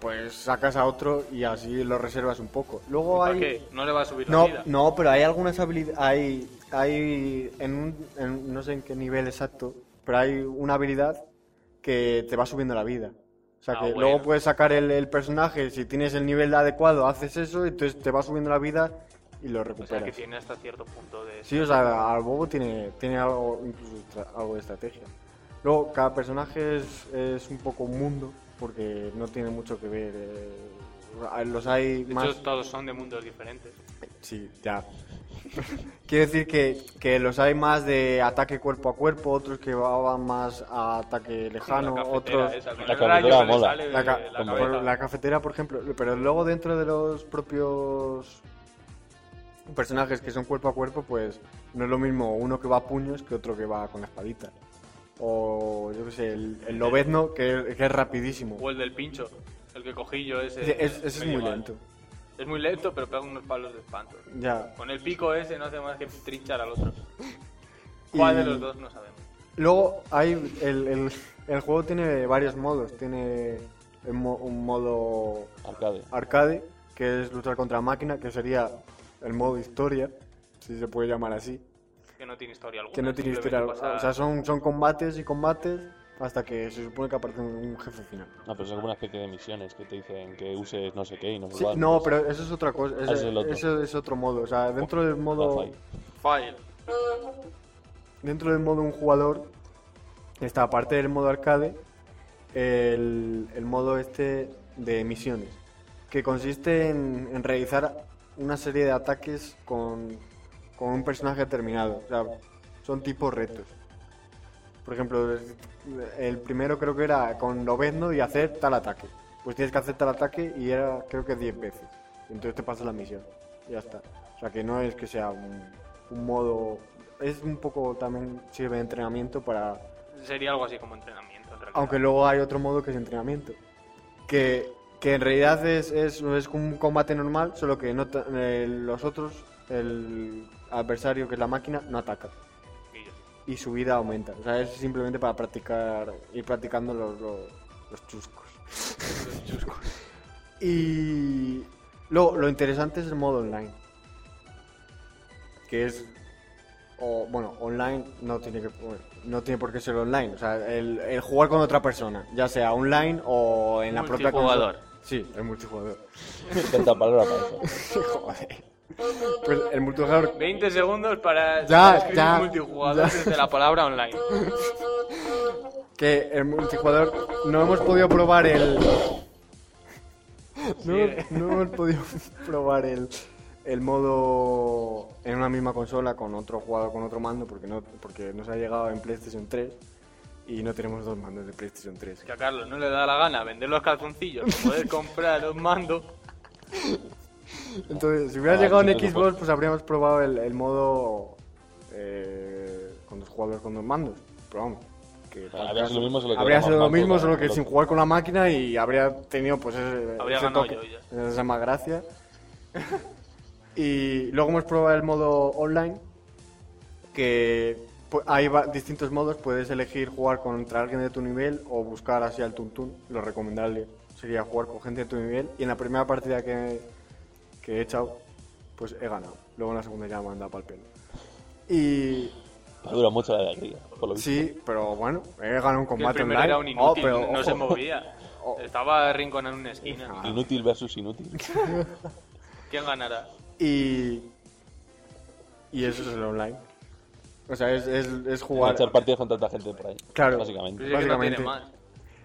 pues sacas a otro y así lo reservas un poco. Luego ¿Para hay... qué? No le va a subir Oh, No, la vida. no, pero hay algunas habilidades. Hay, hay en un, en- no sé en qué nivel exacto, pero hay una habilidad que te va subiendo la vida. O sea Ah, que bueno. luego puedes sacar el, el personaje, si tienes el nivel adecuado, haces eso, y entonces te va subiendo la vida y lo O recuperas. sea que tiene hasta cierto punto de. Sí, o sea, al bobo tiene, tiene algo, incluso estra- algo de estrategia. Luego, cada personaje es, es un poco un mundo, porque no tiene mucho que ver. eh, los hay De más. hecho, todos son de mundos diferentes. Sí, ya. Quiero decir que, que los hay más de ataque cuerpo a cuerpo, otros que va- van más a ataque lejano, la cafetera otros... esa, con La el cafetera rayo que le mola. sale de La, ca- la por- cabeza. la cafetera, por ejemplo, pero luego dentro de los propios personajes que son cuerpo a cuerpo, pues no es lo mismo uno que va a puños que otro que va con la espadita. O yo qué sé, el, el lobezno que, que es rapidísimo. O el del pincho. El que cogí yo ese. Ese- ese es muy medieval. lento. Es muy lento, pero pega unos palos de espanto. Ya. Con el pico ese no hace más que trinchar al otro. Y- ¿Cuál de los dos no sabemos? Luego hay el, el- el juego tiene varios modos. Tiene el mo- un modo Arcade. arcade, que es luchar contra máquina, que sería el modo historia, si se puede llamar así. Que no tiene historia alguna. Que no tiene historia. simplemente O sea, pasa- son, son combates y combates hasta que se supone que aparece un, un jefe final. No, pero son como una especie de misiones que te dicen que uses no sé qué y no sé Sí, cuál. no, pero eso es otra cosa. Ese, pues. Ah, es el otro. ese es otro modo. O sea, dentro del modo. Half-Life. File. dentro del modo un jugador está aparte del modo arcade el, el modo este de misiones que consiste en, en realizar una serie de ataques con, con un personaje determinado o sea, son tipos retos por ejemplo el primero creo que era con Lobezno y hacer tal ataque pues tienes que hacer tal ataque y era creo que 10 veces entonces te pasas la misión y ya está o sea que no es que sea un, un modo es un poco también sirve de entrenamiento para Sería algo así como entrenamiento, en realidad. aunque luego hay otro modo que es entrenamiento. Que, que en realidad es, es, es un combate normal, solo que no ta- eh, los otros, el adversario que es la máquina, no ataca. Y yo- Y su vida aumenta. O sea, es simplemente para practicar, ir practicando los, los, los chuscos. Y luego, lo interesante es el modo online. Que es. O, bueno, online no tiene, que, bueno, no tiene por qué ser online. O sea, el, el jugar con otra persona. Ya sea online o en la propia Multijugador. consola. Sí, el multijugador. Tanta palabra para eso. Joder. Pues el multijugador. 20 segundos para Ya, escribir ya, multijugador ya. desde la palabra online. Que el multijugador. No hemos podido probar el. No, Sí. no hemos podido probar el, el modo en una misma consola con otro jugador, con otro mando, porque no porque nos ha llegado en PlayStation 3 y no tenemos dos mandos de PlayStation 3. Que a Carlos no le da la gana vender los calzoncillos, poder comprar los mandos. Entonces, si hubiera Ah, llegado en entonces no Xbox, pues habríamos probado el, el modo eh, con dos jugadores con dos mandos. Pero vamos. Que Ah, habría sido lo mismo, solo que habría era más sido lo mando mismo, con- solo que con sin los- jugar con la máquina y habría tenido pues ese, Habría ese ganado toque, yo, esa más gracia. Y luego hemos probado el modo online, que pu- hay va- distintos modos, puedes elegir jugar contra alguien de tu nivel o buscar así al tuntún, lo recomendable sería jugar con gente de tu nivel y en la primera partida que, que he echado, pues he ganado, luego en la segunda ya me han dado pa'l pelo. Y Dura mucho la alegría, por lo visto. sí, pero bueno, he ganado un Que el combate primero online. era un Oh, inútil, pero, no se ojo. movía. Oh. Estaba arrinconado en una esquina. Ah. Inútil versus inútil. ¿Quién ganará? Y. Y eso es el online. O sea, es, es, es Para jugar. echar partidas con tanta gente por ahí. Claro. Básicamente. Pues es que no tiene Básicamente. más.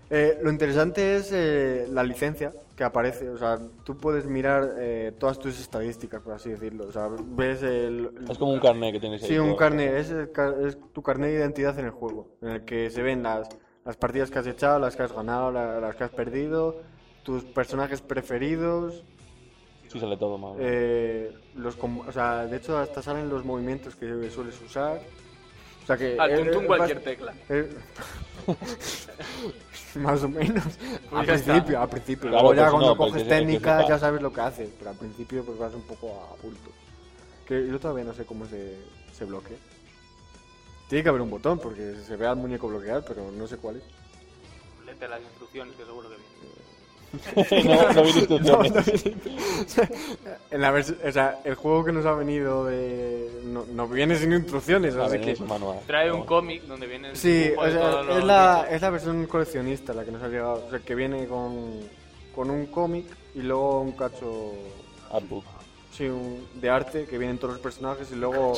Eh, lo interesante es eh, la licencia que aparece. O sea, tú puedes mirar eh, todas tus estadísticas, por así decirlo. O sea, ves el. el- Es como un carnet que tienes ahí. Sí, un todo. carnet. Es, el car- es tu carnet de identidad en el juego. En el que se ven las, las partidas que has echado, las que has ganado, la- las que has perdido, tus personajes preferidos. Sí, sale todo mal. eh, los, com- o sea, de hecho, hasta salen los movimientos que sueles usar. O sea que. Al eh, tuntún eh, cualquier vas- tecla. eh, Más o menos. al Pues ya está. principio, al principio. Claro, Luego ya pues cuando no, pues coges es- es que técnica sepa. ya sabes lo que haces, pero al principio pues vas un poco a bulto. Que yo todavía no sé cómo se, se bloquea. Tiene que haber un botón porque se ve al muñeco bloquear, pero no sé cuál es. Lete las instrucciones, que seguro que viene. no, no viene No, instrucciones. no, en la vers- o sea, el juego que nos ha venido de... No, no viene sin instrucciones, A así ver, que... es un manual. Trae un cómic donde viene el Oh. Sí, dibujo o de sea, todos los es la, bichos. es la versión coleccionista la que nos ha llegado, o sea, que viene con, con un cómic y luego un cacho Artbook. sí, un- de arte que vienen todos los personajes y luego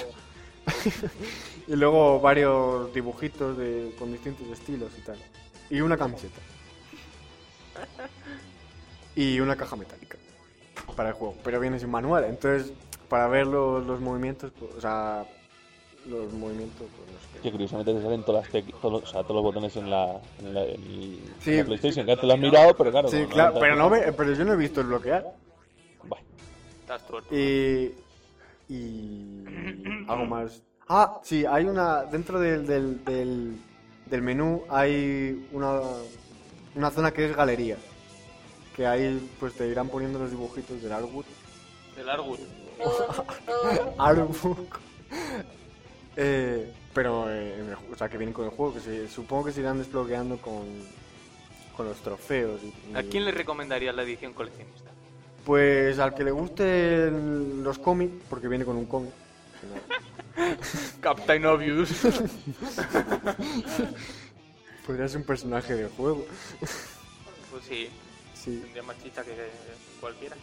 y luego varios dibujitos de, con distintos estilos y tal. Y una camiseta. Y una caja metálica para el juego, pero viene sin manual, entonces para ver los, los movimientos, pues, o sea, los movimientos pues, no sé qué. Que curiosamente te salen todas las tec- todos, los- o sea, todos los botones en la, en la, en el- Sí. la PlayStation. Claro, te lo has mirado, pero claro. Sí, no- no claro, te- pero, no ve- pero yo no he visto el bloquear. Bueno, Estás tuerto. Y. Eh, Y. Algo más. Ah, sí, hay una. Dentro del, del, del, del menú hay una, una zona que es galería. Que ahí pues te irán poniendo los dibujitos del artbook. El Argus. Artbook. Eh, pero, eh, en el ju- o sea, que vienen con el juego. Que se- supongo que se irán desbloqueando con, con los trofeos. y- y- ¿A quién le recomendarías la edición coleccionista? Pues al que le gusten los cómics, porque viene con un cómic. Captain Obvious. Podría ser un personaje del juego. pues sí, Sí. tendría más chicha que cualquiera.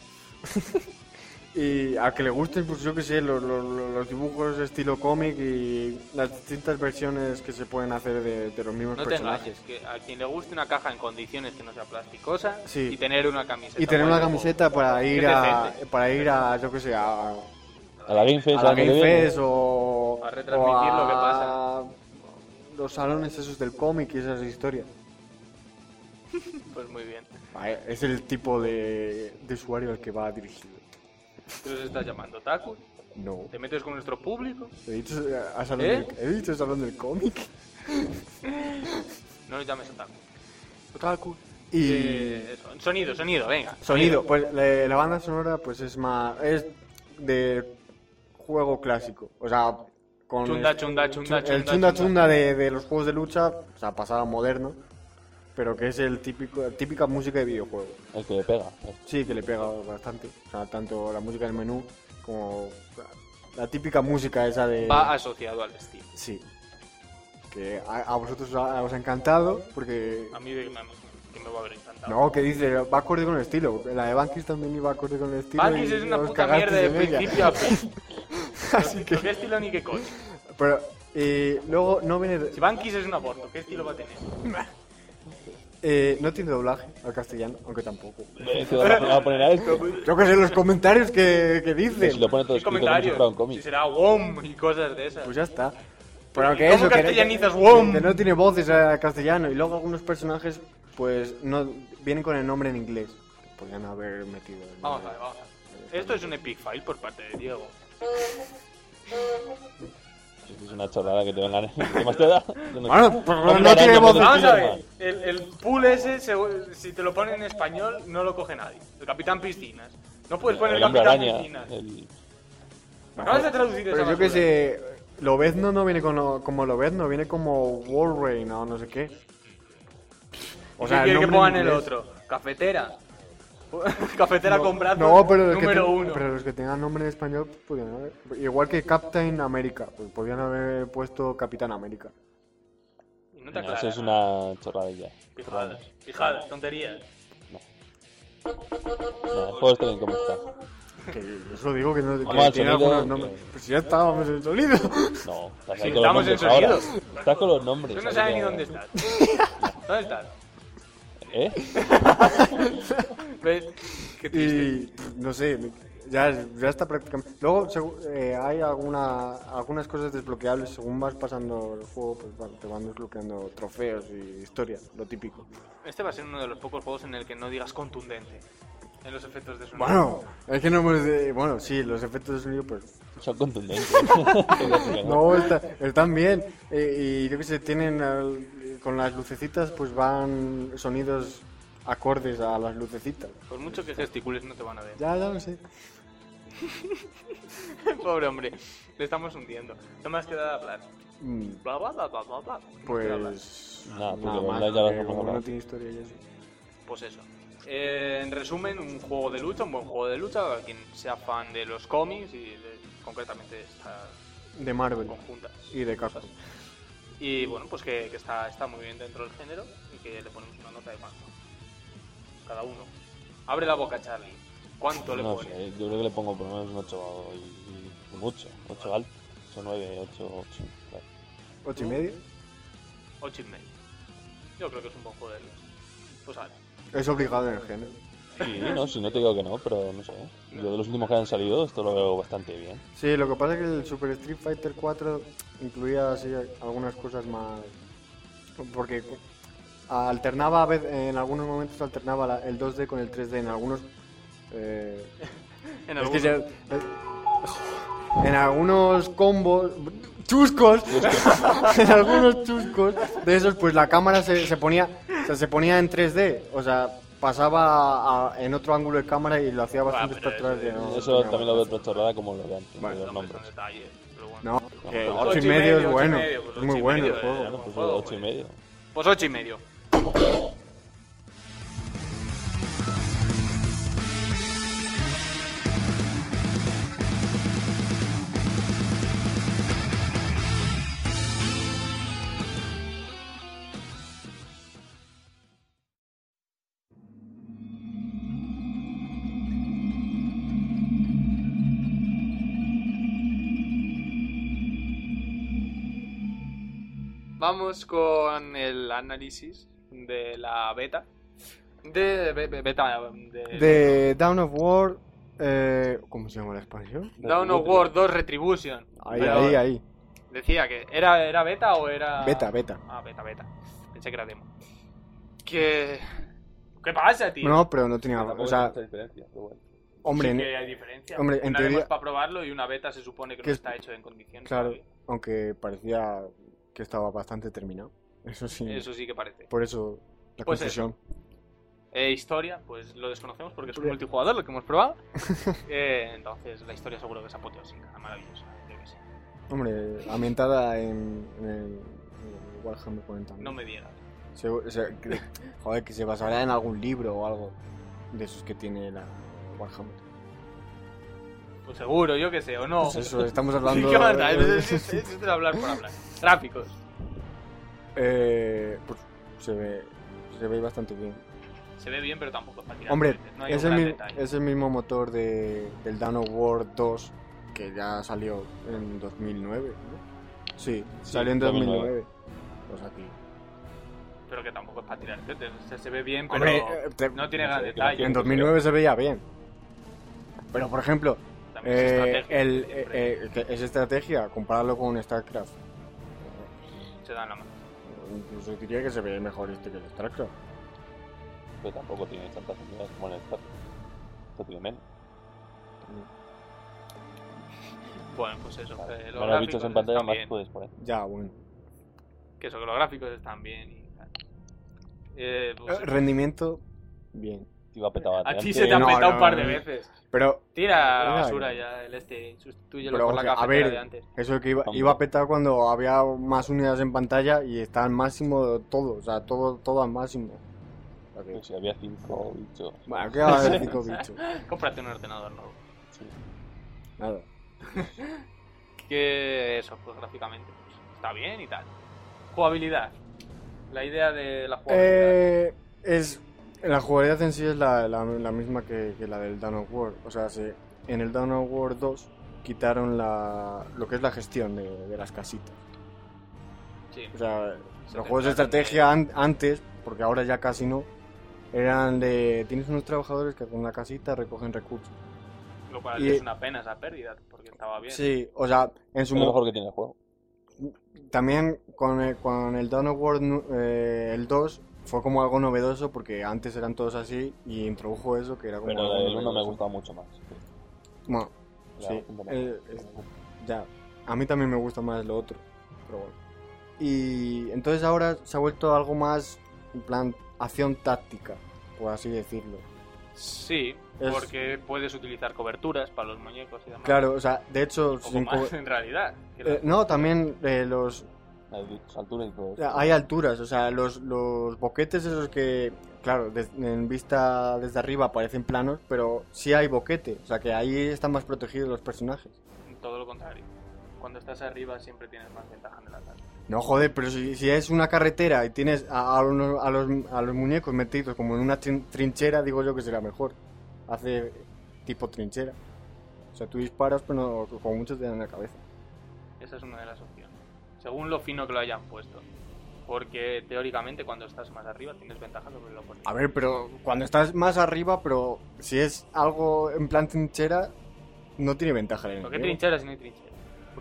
Y a que le gusten, pues yo qué sé, los, los- los dibujos estilo cómic y las distintas versiones que se pueden hacer de, de los mismos No te personajes. engañes, que a quien le guste una caja en condiciones que no sea plasticosa Sí. y tener una camiseta. Y tener una guay, camiseta para ir a, decente. para ir a, yo qué sé, a, a a la Game Fest. la ¿dónde Game viene? Fest o A retransmitir o lo que a Los salones esos del cómic y esas historias. o- Pues muy bien. Ah, Es el tipo de, de usuario al que va dirigido. Tú nos estás llamando Taku, No. te metes con nuestro público, He dicho, eh, a salón ¿Eh? del- he dicho salón del cómic. no nos llames Otaku. Y... Eh, eso, sonido, sonido, venga. Sonido, pues la, la banda sonora pues es más es de juego clásico, o sea, con Chunda, el- chunda, chunda, el chunda, chunda chunda. chunda, de, de los juegos de lucha, o sea, pasado a moderno, pero que es el típico típica música de videojuego. El que le pega. Sí, que le pega bastante, o sea, tanto la música del menú como la típica música esa de Va asociado al estilo. Sí. Que a, a vosotros os ha, os ha encantado porque A mí de que me, que me va a haber encantado. no, que dice, va acorde con el estilo. La de Bankis también iba acorde con el estilo. Bankis y es una os puta cagasteis mierda de en ella. principio a fin. Así Pero que. ¿Qué estilo ni qué coño? Pero eh, luego no viene. Si Bankis es un aborto, ¿qué estilo va a tener? eh, no tiene doblaje al castellano, aunque tampoco. Eh, ¿qué va a poner a esto? Yo que sé los comentarios que, que Pues si dicen. lo pone todo ¿Qué escrito como si fuera comentario? un Si cómic. será WOM y cosas de esas. Pues ya está. Pero que ¿Cómo eso. que- castellanizas, que- WOM? Que no tiene voces al castellano. Y luego algunos personajes, pues no vienen con el nombre en inglés. Podrían haber metido. el Vamos a nombre. ver, vamos a ver. Esto es un epic file por parte de Diego. Esto Es una chorrada que te vengan. ¿Qué más te da? Yo no- Bueno, pues Hombre, no tiene araña, voz. no te Vamos a ver, llama. el, el pool ese, segu- si te lo ponen en español, no lo coge nadie. El Capitán Piscinas. No puedes poner el El hombre Capitán araña. Piscinas. el- Vamos a traducir Pero esa yo que basura. sé, Lobezno no viene como, como Lobezno, viene como Warrain o no sé qué. O sea, sea, el que nombre en pongan el inglés. otro. Cafetera. Cafetera con brazos. No, pero los, que número te- uno. pero los que tengan nombre en español pues, podían haber. Igual que Captain America, pues podían haber puesto Capitán América. Y no te No, Eso aclaras. es una chorradilla. Fijadas, fijadas, tonterías. Nada, El juego está bien como está. Que eso digo que no Vamos que al tiene sonido, algunos nombres. que- Pues si ya estábamos en sonido. No, estás Sí, ahí con los estamos en nombres ahora. sonido. Estás con los nombres. Tú no ahí sabes ni como- dónde estás. ¿Dónde estás? ¿Eh? ¿Ves? Qué triste. Y no sé, ya, ya está prácticamente. Luego segu- eh, hay alguna, algunas cosas desbloqueables. Según vas pasando el juego, pues van- te van desbloqueando trofeos y historias, lo típico. Este va a ser uno de los pocos juegos en el que no digas contundente en los efectos de sonido. Bueno, es que no hemos. de- bueno, sí, los efectos de sonido, pues. Son contundentes. No, está- están bien. Eh, y yo que sé, tienen. al- con las lucecitas, pues van sonidos acordes a las lucecitas. Por mucho que gesticules no te van a ver. Ya, ya lo sé. Pobre hombre, le estamos hundiendo. No me has quedado a hablar. Mm, Bla, bla, bla, bla, bla, bla. Pues. Nada, pues nada lo más, verdad ya lo porque hemos como hablado. no tiene historia y eso. Pues eso. Eh, en resumen, un juego de lucha, un buen juego de lucha, para quien sea fan de los cómics y de- concretamente estas De Marvel. conjuntas. Y de cosas. Capcom. Y bueno, pues que, que está, está muy bien dentro del género y que le ponemos una nota de cuánto. Cada uno. Abre la boca, Charlie. ¿Cuánto le No pones? sé, yo creo que le pongo por lo menos un 8 y, y un 8. 8 alto. 8, 9, 8, 8. ¿Ocho y medio? Ocho y medio. Yo creo que es un buen juego de lucha. Pues ahora. Es obligado en el género. Sí, no, si no te digo que no, pero no sé. Yo de los últimos que han salido, esto lo veo bastante bien. Sí, lo que pasa es que el Super Street Fighter 4 incluía así algunas cosas más. Porque alternaba, a vez- en algunos momentos alternaba la- el 2D con el 3D, en algunos. eh, En es algún- que ya- eh, en algunos combos. ¡Chuscos! en algunos chuscos de esos, pues la cámara se, se ponía o sea, se ponía en 3D. O sea, pasaba a- a- en otro ángulo de cámara y lo hacía bastante Ah, pero para atrás. eso- y no- Eso no- también lo veo otra chorrada como lo de antes, Vale, de los Hombre, son nombres. detalles, pero bueno. No, que pero 8 ocho y y medio es medio, bueno. ocho y medio, pues es ocho muy y bueno medio, el eh, juego. Bueno, pues Juego, 8 y güey. medio. Pues ocho y medio. Vamos con el análisis de la beta. De be- be- beta de, De Down of War. eh, ¿Cómo se llama la expansión? Dawn of War 2 Retribution. Ahí, Pero ahí, ahí. Decía que era, era beta o era. Beta, beta. Ah, beta, beta. Pensé que era demo. Que. ¿Qué pasa, tío? No, pero no tenía. O sea, hombre, Sí en- que hay diferencia. hombre, en una teoría- para probarlo y una beta se supone que, Que no es- está hecho en condiciones. claro, todavía. aunque parecía que estaba bastante terminado. Eso sí. Eso sí que parece. Por eso la Pues confusión. Eh, historia, pues lo desconocemos porque es un multijugador lo que hemos probado. Eh, entonces, la historia seguro que es apoteósica, maravillosa. Yo qué sé. Hombre, ambientada en, en el en el Warhammer 40. No me digas. Se- se- que- joder, que se basará en algún libro o algo de esos que tiene la Warhammer. Pues seguro, yo qué sé, o no. Pues eso, estamos Sí, hablando. ¿Qué más da? Es, es- es- es de hablar por hablar. Gráficos. Eh, pues se ve, se ve bastante bien. Se ve bien, pero tampoco es para tirar Hombre, cohetes, no hay es, un el gran mi- detalle. es el mismo motor de, del Dawn of War 2 que ya salió en 2009. ¿no? Sí, Sí, salió en 2009. 2009. Pues aquí. Pero que tampoco es para tirar cohetes. O sea, se ve bien, pero Hombre, eh, te- no tiene no gran sé, detalle. creo en 2009 se veía bien. Pero por ejemplo, También es eh, estrategia, el, siempre eh, eh, que es estrategia, compararlo con StarCraft. eh, se dan la mano. Incluso diría que se ve mejor este que el StarCraft. Pero tampoco tiene tantas unidades como en el chat. Esto tiene menos. Bueno, pues eso. Vale. que los Menos bichos gráficos en pantalla, están más pues. bien. puedes poner. Ya, bueno. Que eso, que los gráficos están bien. y tal. Eh, pues, Eh, Rendimiento, bien. Te iba a petar a ti antes. se te ha no, petado no, un par no, de no. veces. Pero Tira a la Claro. basura ya el este. Sustitúyelo Pero, por la o sea, a cafetera ver, de antes. Eso que iba, Hombre. iba a petar cuando había más unidades en pantalla y está al máximo todo, o sea, todo, todo al máximo. O sea que- Pero Pues Si había 5 bichos. Bueno, ¿qué va a haber pico bicho? Cómprate un ordenador nuevo. Sí. Nada. que eso, pues gráficamente pues, está bien y tal. Jugabilidad. La idea de la jugabilidad. Eh, es, la jugabilidad en sí es la, la- la misma que, que la del Dawn of War. O sea, se- en el Dawn of War 2 quitaron la, lo que es la gestión de, de las casitas. sí. O sea, Se los juegos de centraron en- estrategia an- antes, porque ahora ya casi no, Eran de. Tienes unos trabajadores que hacen una casita, recogen recursos. Lo cual Y- es una pena esa pérdida, porque estaba bien. Sí, o sea, en Es su lo mo- mejor que tiene el juego. También con el, con el Dawn of War nu- eh, el 2 fue como algo novedoso porque antes eran todos así y introdujo eso que era como. Pero algo el 1 me novedoso. gusta mucho más. sí. Bueno, Era Sí, bastante eh, mejor. es- ya. A mí también me gusta más lo otro. Pero bueno. Y entonces ahora se ha vuelto algo más. En plan, acción táctica, por así decirlo. Sí, Es- porque puedes utilizar coberturas para los muñecos y demás. Claro, o sea, de hecho. Un poco sin co- más, en realidad. que la- eh, no, también eh, los, Hay altura y todo. O sea, Hay alturas, o sea, los, los boquetes esos que, claro, des- en vista desde arriba parecen planos, pero sí hay boquete, o sea que ahí están más protegidos los personajes. Todo lo contrario. Cuando estás arriba siempre tienes más ventaja en el ataque. No, joder, pero si, si es una carretera y tienes a, a uno- a los, a los muñecos metidos como en una trin- trinchera, digo yo que será mejor hacer tipo trinchera. O sea, tú disparas, pero no, como mucho te dan en la cabeza. Esa es una de las opciones. Según lo fino que lo hayan puesto. Porque teóricamente cuando estás más arriba tienes ventaja sobre el oponente. A ver, pero cuando estás más arriba, pero si es algo en plan trinchera, no tiene ventaja el ¿Por qué enemigo. trincheras si no hay trincheras?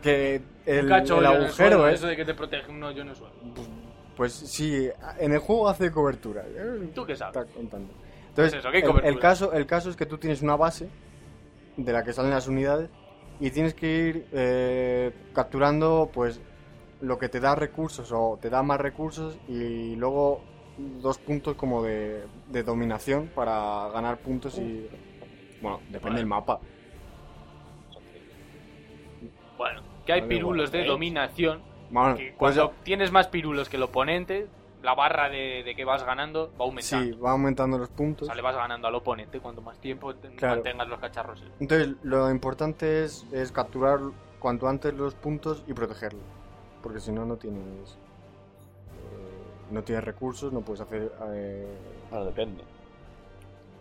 Que el, Un cacho el hoyo en agujero, suelo, ¿eh? Eso de que te protege un hoyo en el suelo. Pues sí, en el juego hace cobertura. ¿eh? ¿Tú qué sabes? Está contando. Pues Entonces, eso, ¿qué el- el, cobertura? caso, el caso es que tú tienes una base de la que salen las unidades y tienes que ir eh, capturando pues lo que te da recursos o te da más recursos y luego dos puntos como de, de dominación para ganar puntos y... Bueno, depende del mapa. Bueno, que hay Vale, pirulos bueno, de ¿eh? dominación. Bueno, Que pues cuando tienes más pirulos que el oponente, la barra de, de que vas ganando va sí, aumentando. va aumentando los O puntos. sea, le vas ganando al oponente cuanto más tiempo te- Claro. mantengas los cacharros. Entonces, lo importante es, es capturar cuanto antes los puntos y protegerlos. Porque si no, no tienes. eh, no tienes recursos, no puedes hacer. eh, Bueno, depende.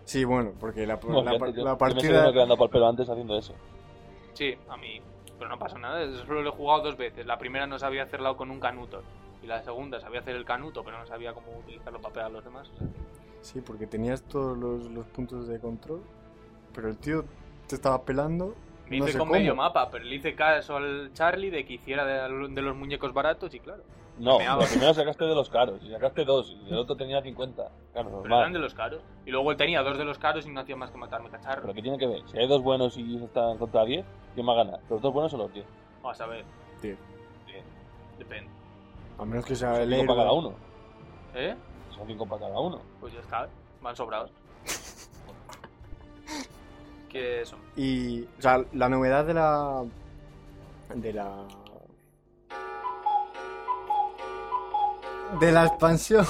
Sí, bueno, porque la, Bueno, la, fíjate, la yo- yo me estoy partida. quedando quedando pal pelo antes haciendo eso. Sí, a mí. Pero no pasa nada, eso solo lo he jugado dos veces. La primera no sabía hacerla con un canuto. Y la segunda sabía hacer el canuto, pero no sabía cómo utilizarlo para pegar a los demás. o sea, Sí, porque tenías todos los, los puntos de control. Pero el tío te estaba pelando. me no hice sé con cómo. medio mapa, pero le hice caso al Charlie de que hiciera de, de los muñecos baratos y claro. No, Me hago. lo primero sacaste de los caros. Y sacaste dos. Y el otro tenía 50. Claro, Pero eran normal. de los caros. Y luego él tenía dos de los caros y no hacía más que matarme cacharros. Pero ¿qué tiene que ver? Si hay dos buenos y están contra 10, ¿quién más gana? Los dos buenos son los 10. Vas a ver. Diez. Diez. Depende. A menos que sea el Cinco para héroe. cada uno. ¿Eh? Son cinco para cada uno. Pues ya está, van sobrados. que eso. Y. O sea, la novedad de la. De la. De la expansión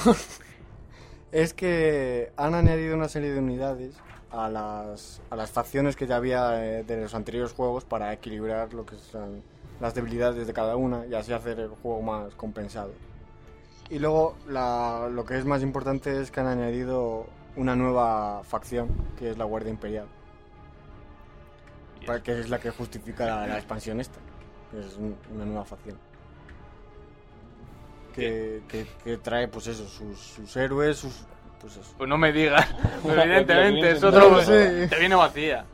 es que han añadido una serie de unidades a las, a las facciones que ya había eh, de los anteriores juegos para equilibrar lo que son las debilidades de cada una y así hacer el juego más compensado. Y luego la- lo que es más importante es que han añadido una nueva facción que es la Guardia Imperial. Para- Que es la que justifica la, la expansión esta. que es un- una nueva facción. Que, que- que trae, pues eso, sus, sus héroes, sus. Pues eso. Pues no me digas. Evidentemente, Evidentemente, es es otro- otro. No sé. Te viene vacía.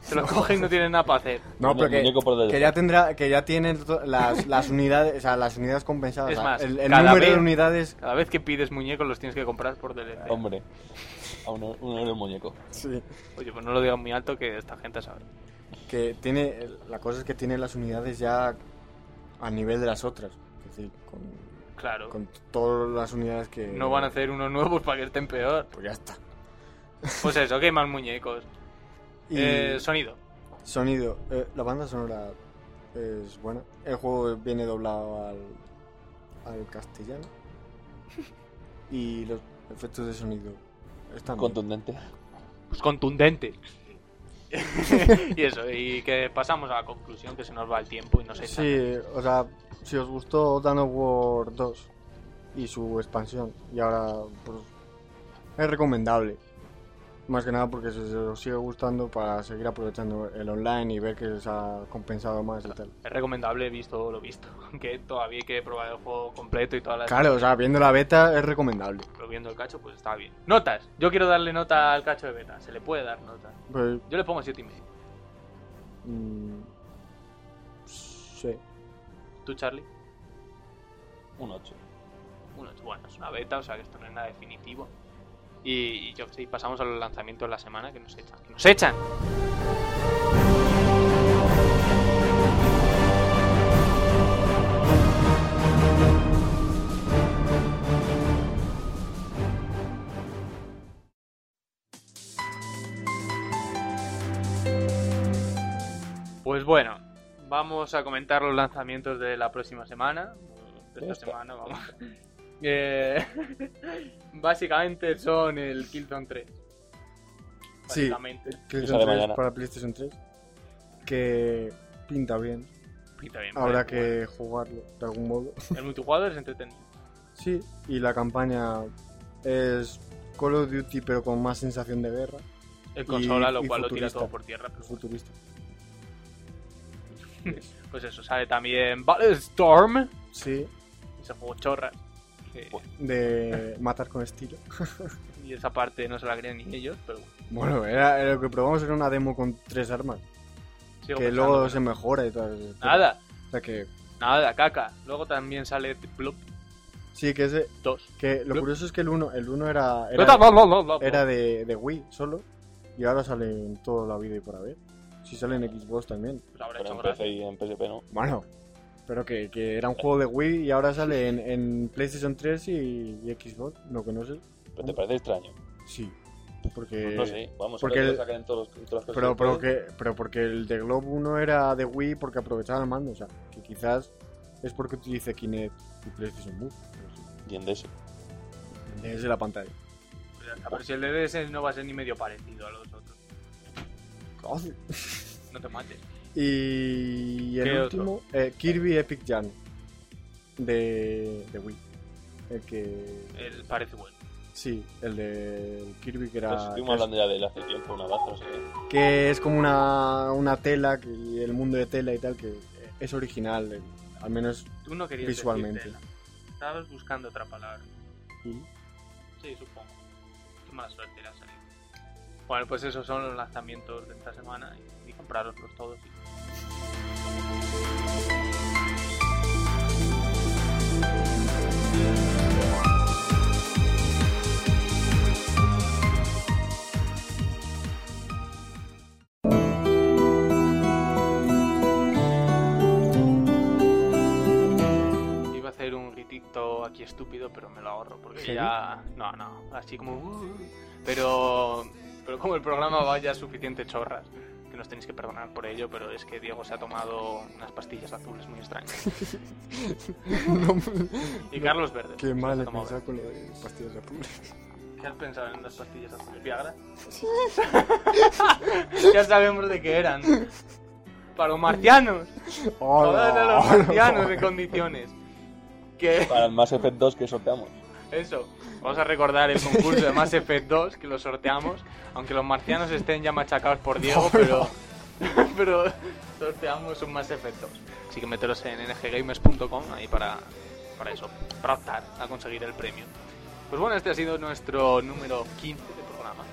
Se lo coge y no tiene nada para hacer. No, Un pero que, muñeco por detrás. que ya tendrá, que ya tienen to- las, las unidades, o sea, las unidades compensadas. Es o sea, más, el, el cada número de vez- unidades. Cada vez que pides muñecos los tienes que comprar por DLC. Hombre. A un, euro- un euro el muñeco. sí, Oye, pues no lo digas muy alto que esta gente sabe. que tiene. La cosa es que tiene las unidades ya al nivel de las otras. Es decir, con, Claro. con todas las unidades que. No van a hacer unos nuevos para que estén peor. Pues ya está. Pues eso, que hay más muñecos. Y- Eh, sonido. Sonido. Eh, la banda sonora es buena. El juego viene doblado al, al castellano. Y los efectos de sonido están bien. Contundente. Pues contundente. y eso, y que pasamos a la conclusión que se nos va el tiempo y no sé. Sí, o sea, si os gustó Dan of War 2 y su expansión, y ahora pues, es recomendable. Más que nada porque se se os sigue gustando para seguir aprovechando el online y ver que se ha compensado más y tal. Es recomendable, visto lo visto. Aunque todavía hay que probar el juego completo y todas las. Claro, o sea, viendo la beta es recomendable. Pero viendo el cacho, pues está bien. Notas. Yo quiero darle nota al cacho de beta. Se le puede dar nota. Pues, Yo le pongo 7,5. mm, sí. ¿Tú, Charlie? Un 8. Bueno, es- bueno, es una beta, o sea que esto no es nada definitivo. Y, y yo sí, pasamos a los lanzamientos de la semana que nos echan. ¡Que nos echan! Pues bueno, vamos a comentar los lanzamientos de la próxima semana. De esta Esta. semana, vamos. Eh, básicamente son el Killzone 3. Sí. Básicamente. Killzone Esa de 3 mañana. para PlayStation 3. Que pinta bien. Y también, Habrá pues, que jugarlo de algún modo. El multijugador es entretenido. Sí, y la campaña es Call of Duty pero con más sensación de guerra, El consola, lo y cual lo tira futurista. todo por tierra. pero es futurista. Pues eso, sale también Battlestorm. Sí, Ese juego chorra. que- de matar con estilo. y esa parte no se la creen ni ellos, pero bueno. Bueno, era, era lo que probamos era una demo con tres armas, sigo que pensando luego que se no. mejora y tal. Nada, O sea que nada, caca. Luego también sale The Blob sí, que ese, 2. que lo Lo- curioso es que el uno, el uno era No, no, era, no, no, no, pues, no. era de, de Wii solo y ahora sale en toda la vida y por haber. Si sale en Xbox también. Pues habrá Pero hecho en gracia. PC y en PSP no. Bueno, pero que, que era un juego de Wii y ahora sale en, en PlayStation 3 y, y Xbox, lo que no sé. Pero te parece extraño. Sí, porque... No sé, Eh, vamos porque a ver que el- lo sacan en todos los, en todas las Pero, pero, cosas. que, pero porque el de Globe 1 era de Wii porque aprovechaba el mando, o sea, que quizás es porque utilice Kinect y PlayStation Move. pero sí, Y en DS. Mm. Desde la pantalla. Pues ya está, Pero si el DDS no va a ser ni medio parecido a los otros. No te mates. Y el ¿Qué otro? último, eh, Kirby Epic Jam de, de Wii. El que... El parece bueno. Sí, el de Kirby que Pero era... que si Pues, estuvimos hablando ya de él hace tiempo, una baza, no sé qué. que es como una, una tela que- y el mundo de tela y tal que es original eh, al menos Tú no querías Visualmente. decir tela. Estabas buscando otra palabra. Sí, supongo. Qué mala suerte le ha salido. Bueno, pues esos son los lanzamientos de esta semana y, y compraroslos todos. Iba a hacer un gritito aquí estúpido, pero me lo ahorro porque ¿Heavy? ya. No, no, así como. "Uh", Pero. Pero como el programa vaya suficiente chorras, que nos tenéis que perdonar por ello, pero es que Diego se ha tomado unas pastillas azules muy extrañas. Y Carlos Verde. qué mal he ¿Qué pensado con lo de pastillas de azules has pensado en las pastillas azules? ¿Viagra? ya sabemos de qué eran. Para los marcianos. Hola, Joder, a los hola. marcianos en condiciones. Que. Para el Mass Effect 2 que sorteamos. Eso. Vamos a recordar el concurso de Mass Effect 2 que lo sorteamos, aunque los marcianos estén ya machacados por Diego, pero pero sorteamos un Mass Effect 2. Así que meteros en nggamers.com ahí para para eso, para optar a conseguir el premio. Pues bueno, este ha sido nuestro número 15 de programa,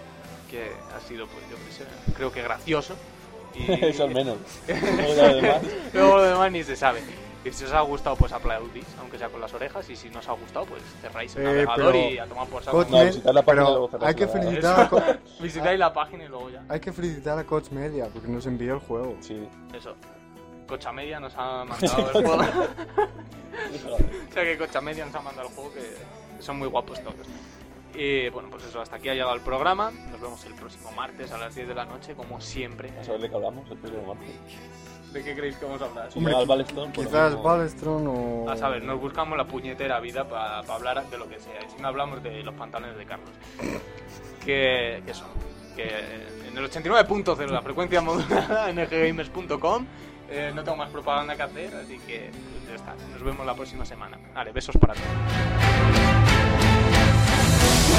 que ha sido pues yo qué sé, creo que gracioso y Eso al menos. Luego ya lo demás. Luego lo demás ni se sabe. Y si os ha gustado, pues aplaudís, aunque sea con las orejas. Y si no os ha gustado, pues cerráis el Eh, navegador pero- y a tomar por saco. Coach No, Me- visitar la página pero luego cerrar hay que la- felicitar a Co- Visitáis la página y luego ya. hay que felicitar a Coach Media porque nos envió el juego Sí. Eso. Cocha Media nos ha mandado el juego. o sea que Cocha Media nos ha mandado el juego que son muy guapos todos. Y bueno, pues eso, hasta aquí ha llegado el programa. Nos vemos el próximo martes a las 10 de la noche, como siempre. A saber de qué hablamos el 3 de marzo. ¿De qué creéis que vamos a hablar? Si llega al Balestón, por lo quizás menos- Balestron o A saber, nos buscamos la puñetera vida para hablar de lo que sea. Y si no hablamos de los pantalones de Carlos. Que, que eso. Que en el 89.0 la frecuencia modulada en nggamers.com. eh, no tengo más propaganda que hacer, así que pues, ya está. Nos vemos la próxima semana. Vale, besos para todos. I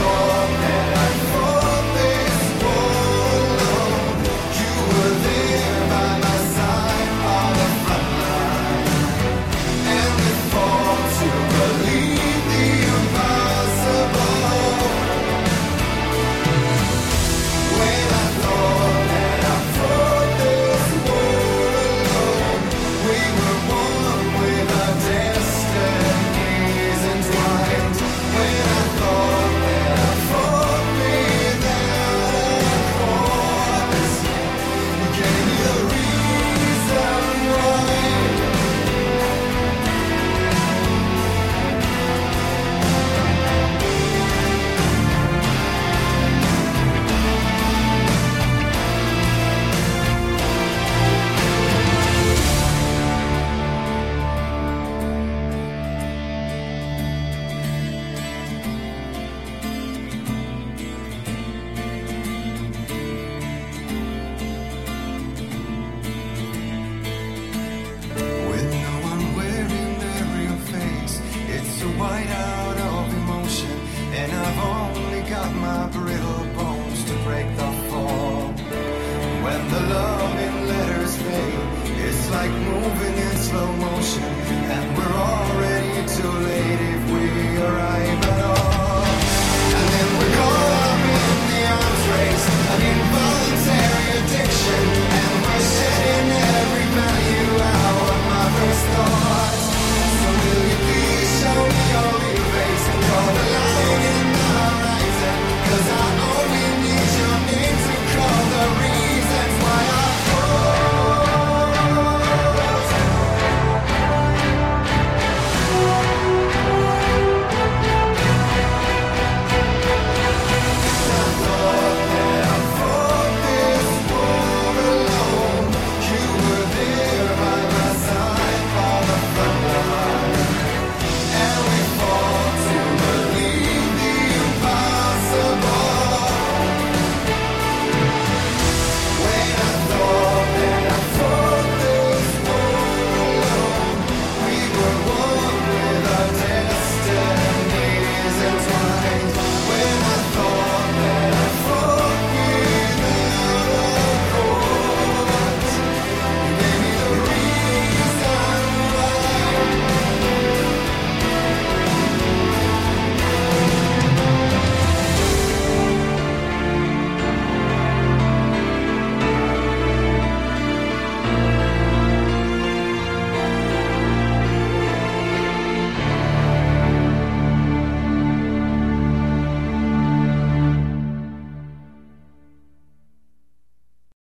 thought that It's like moving in slow motion.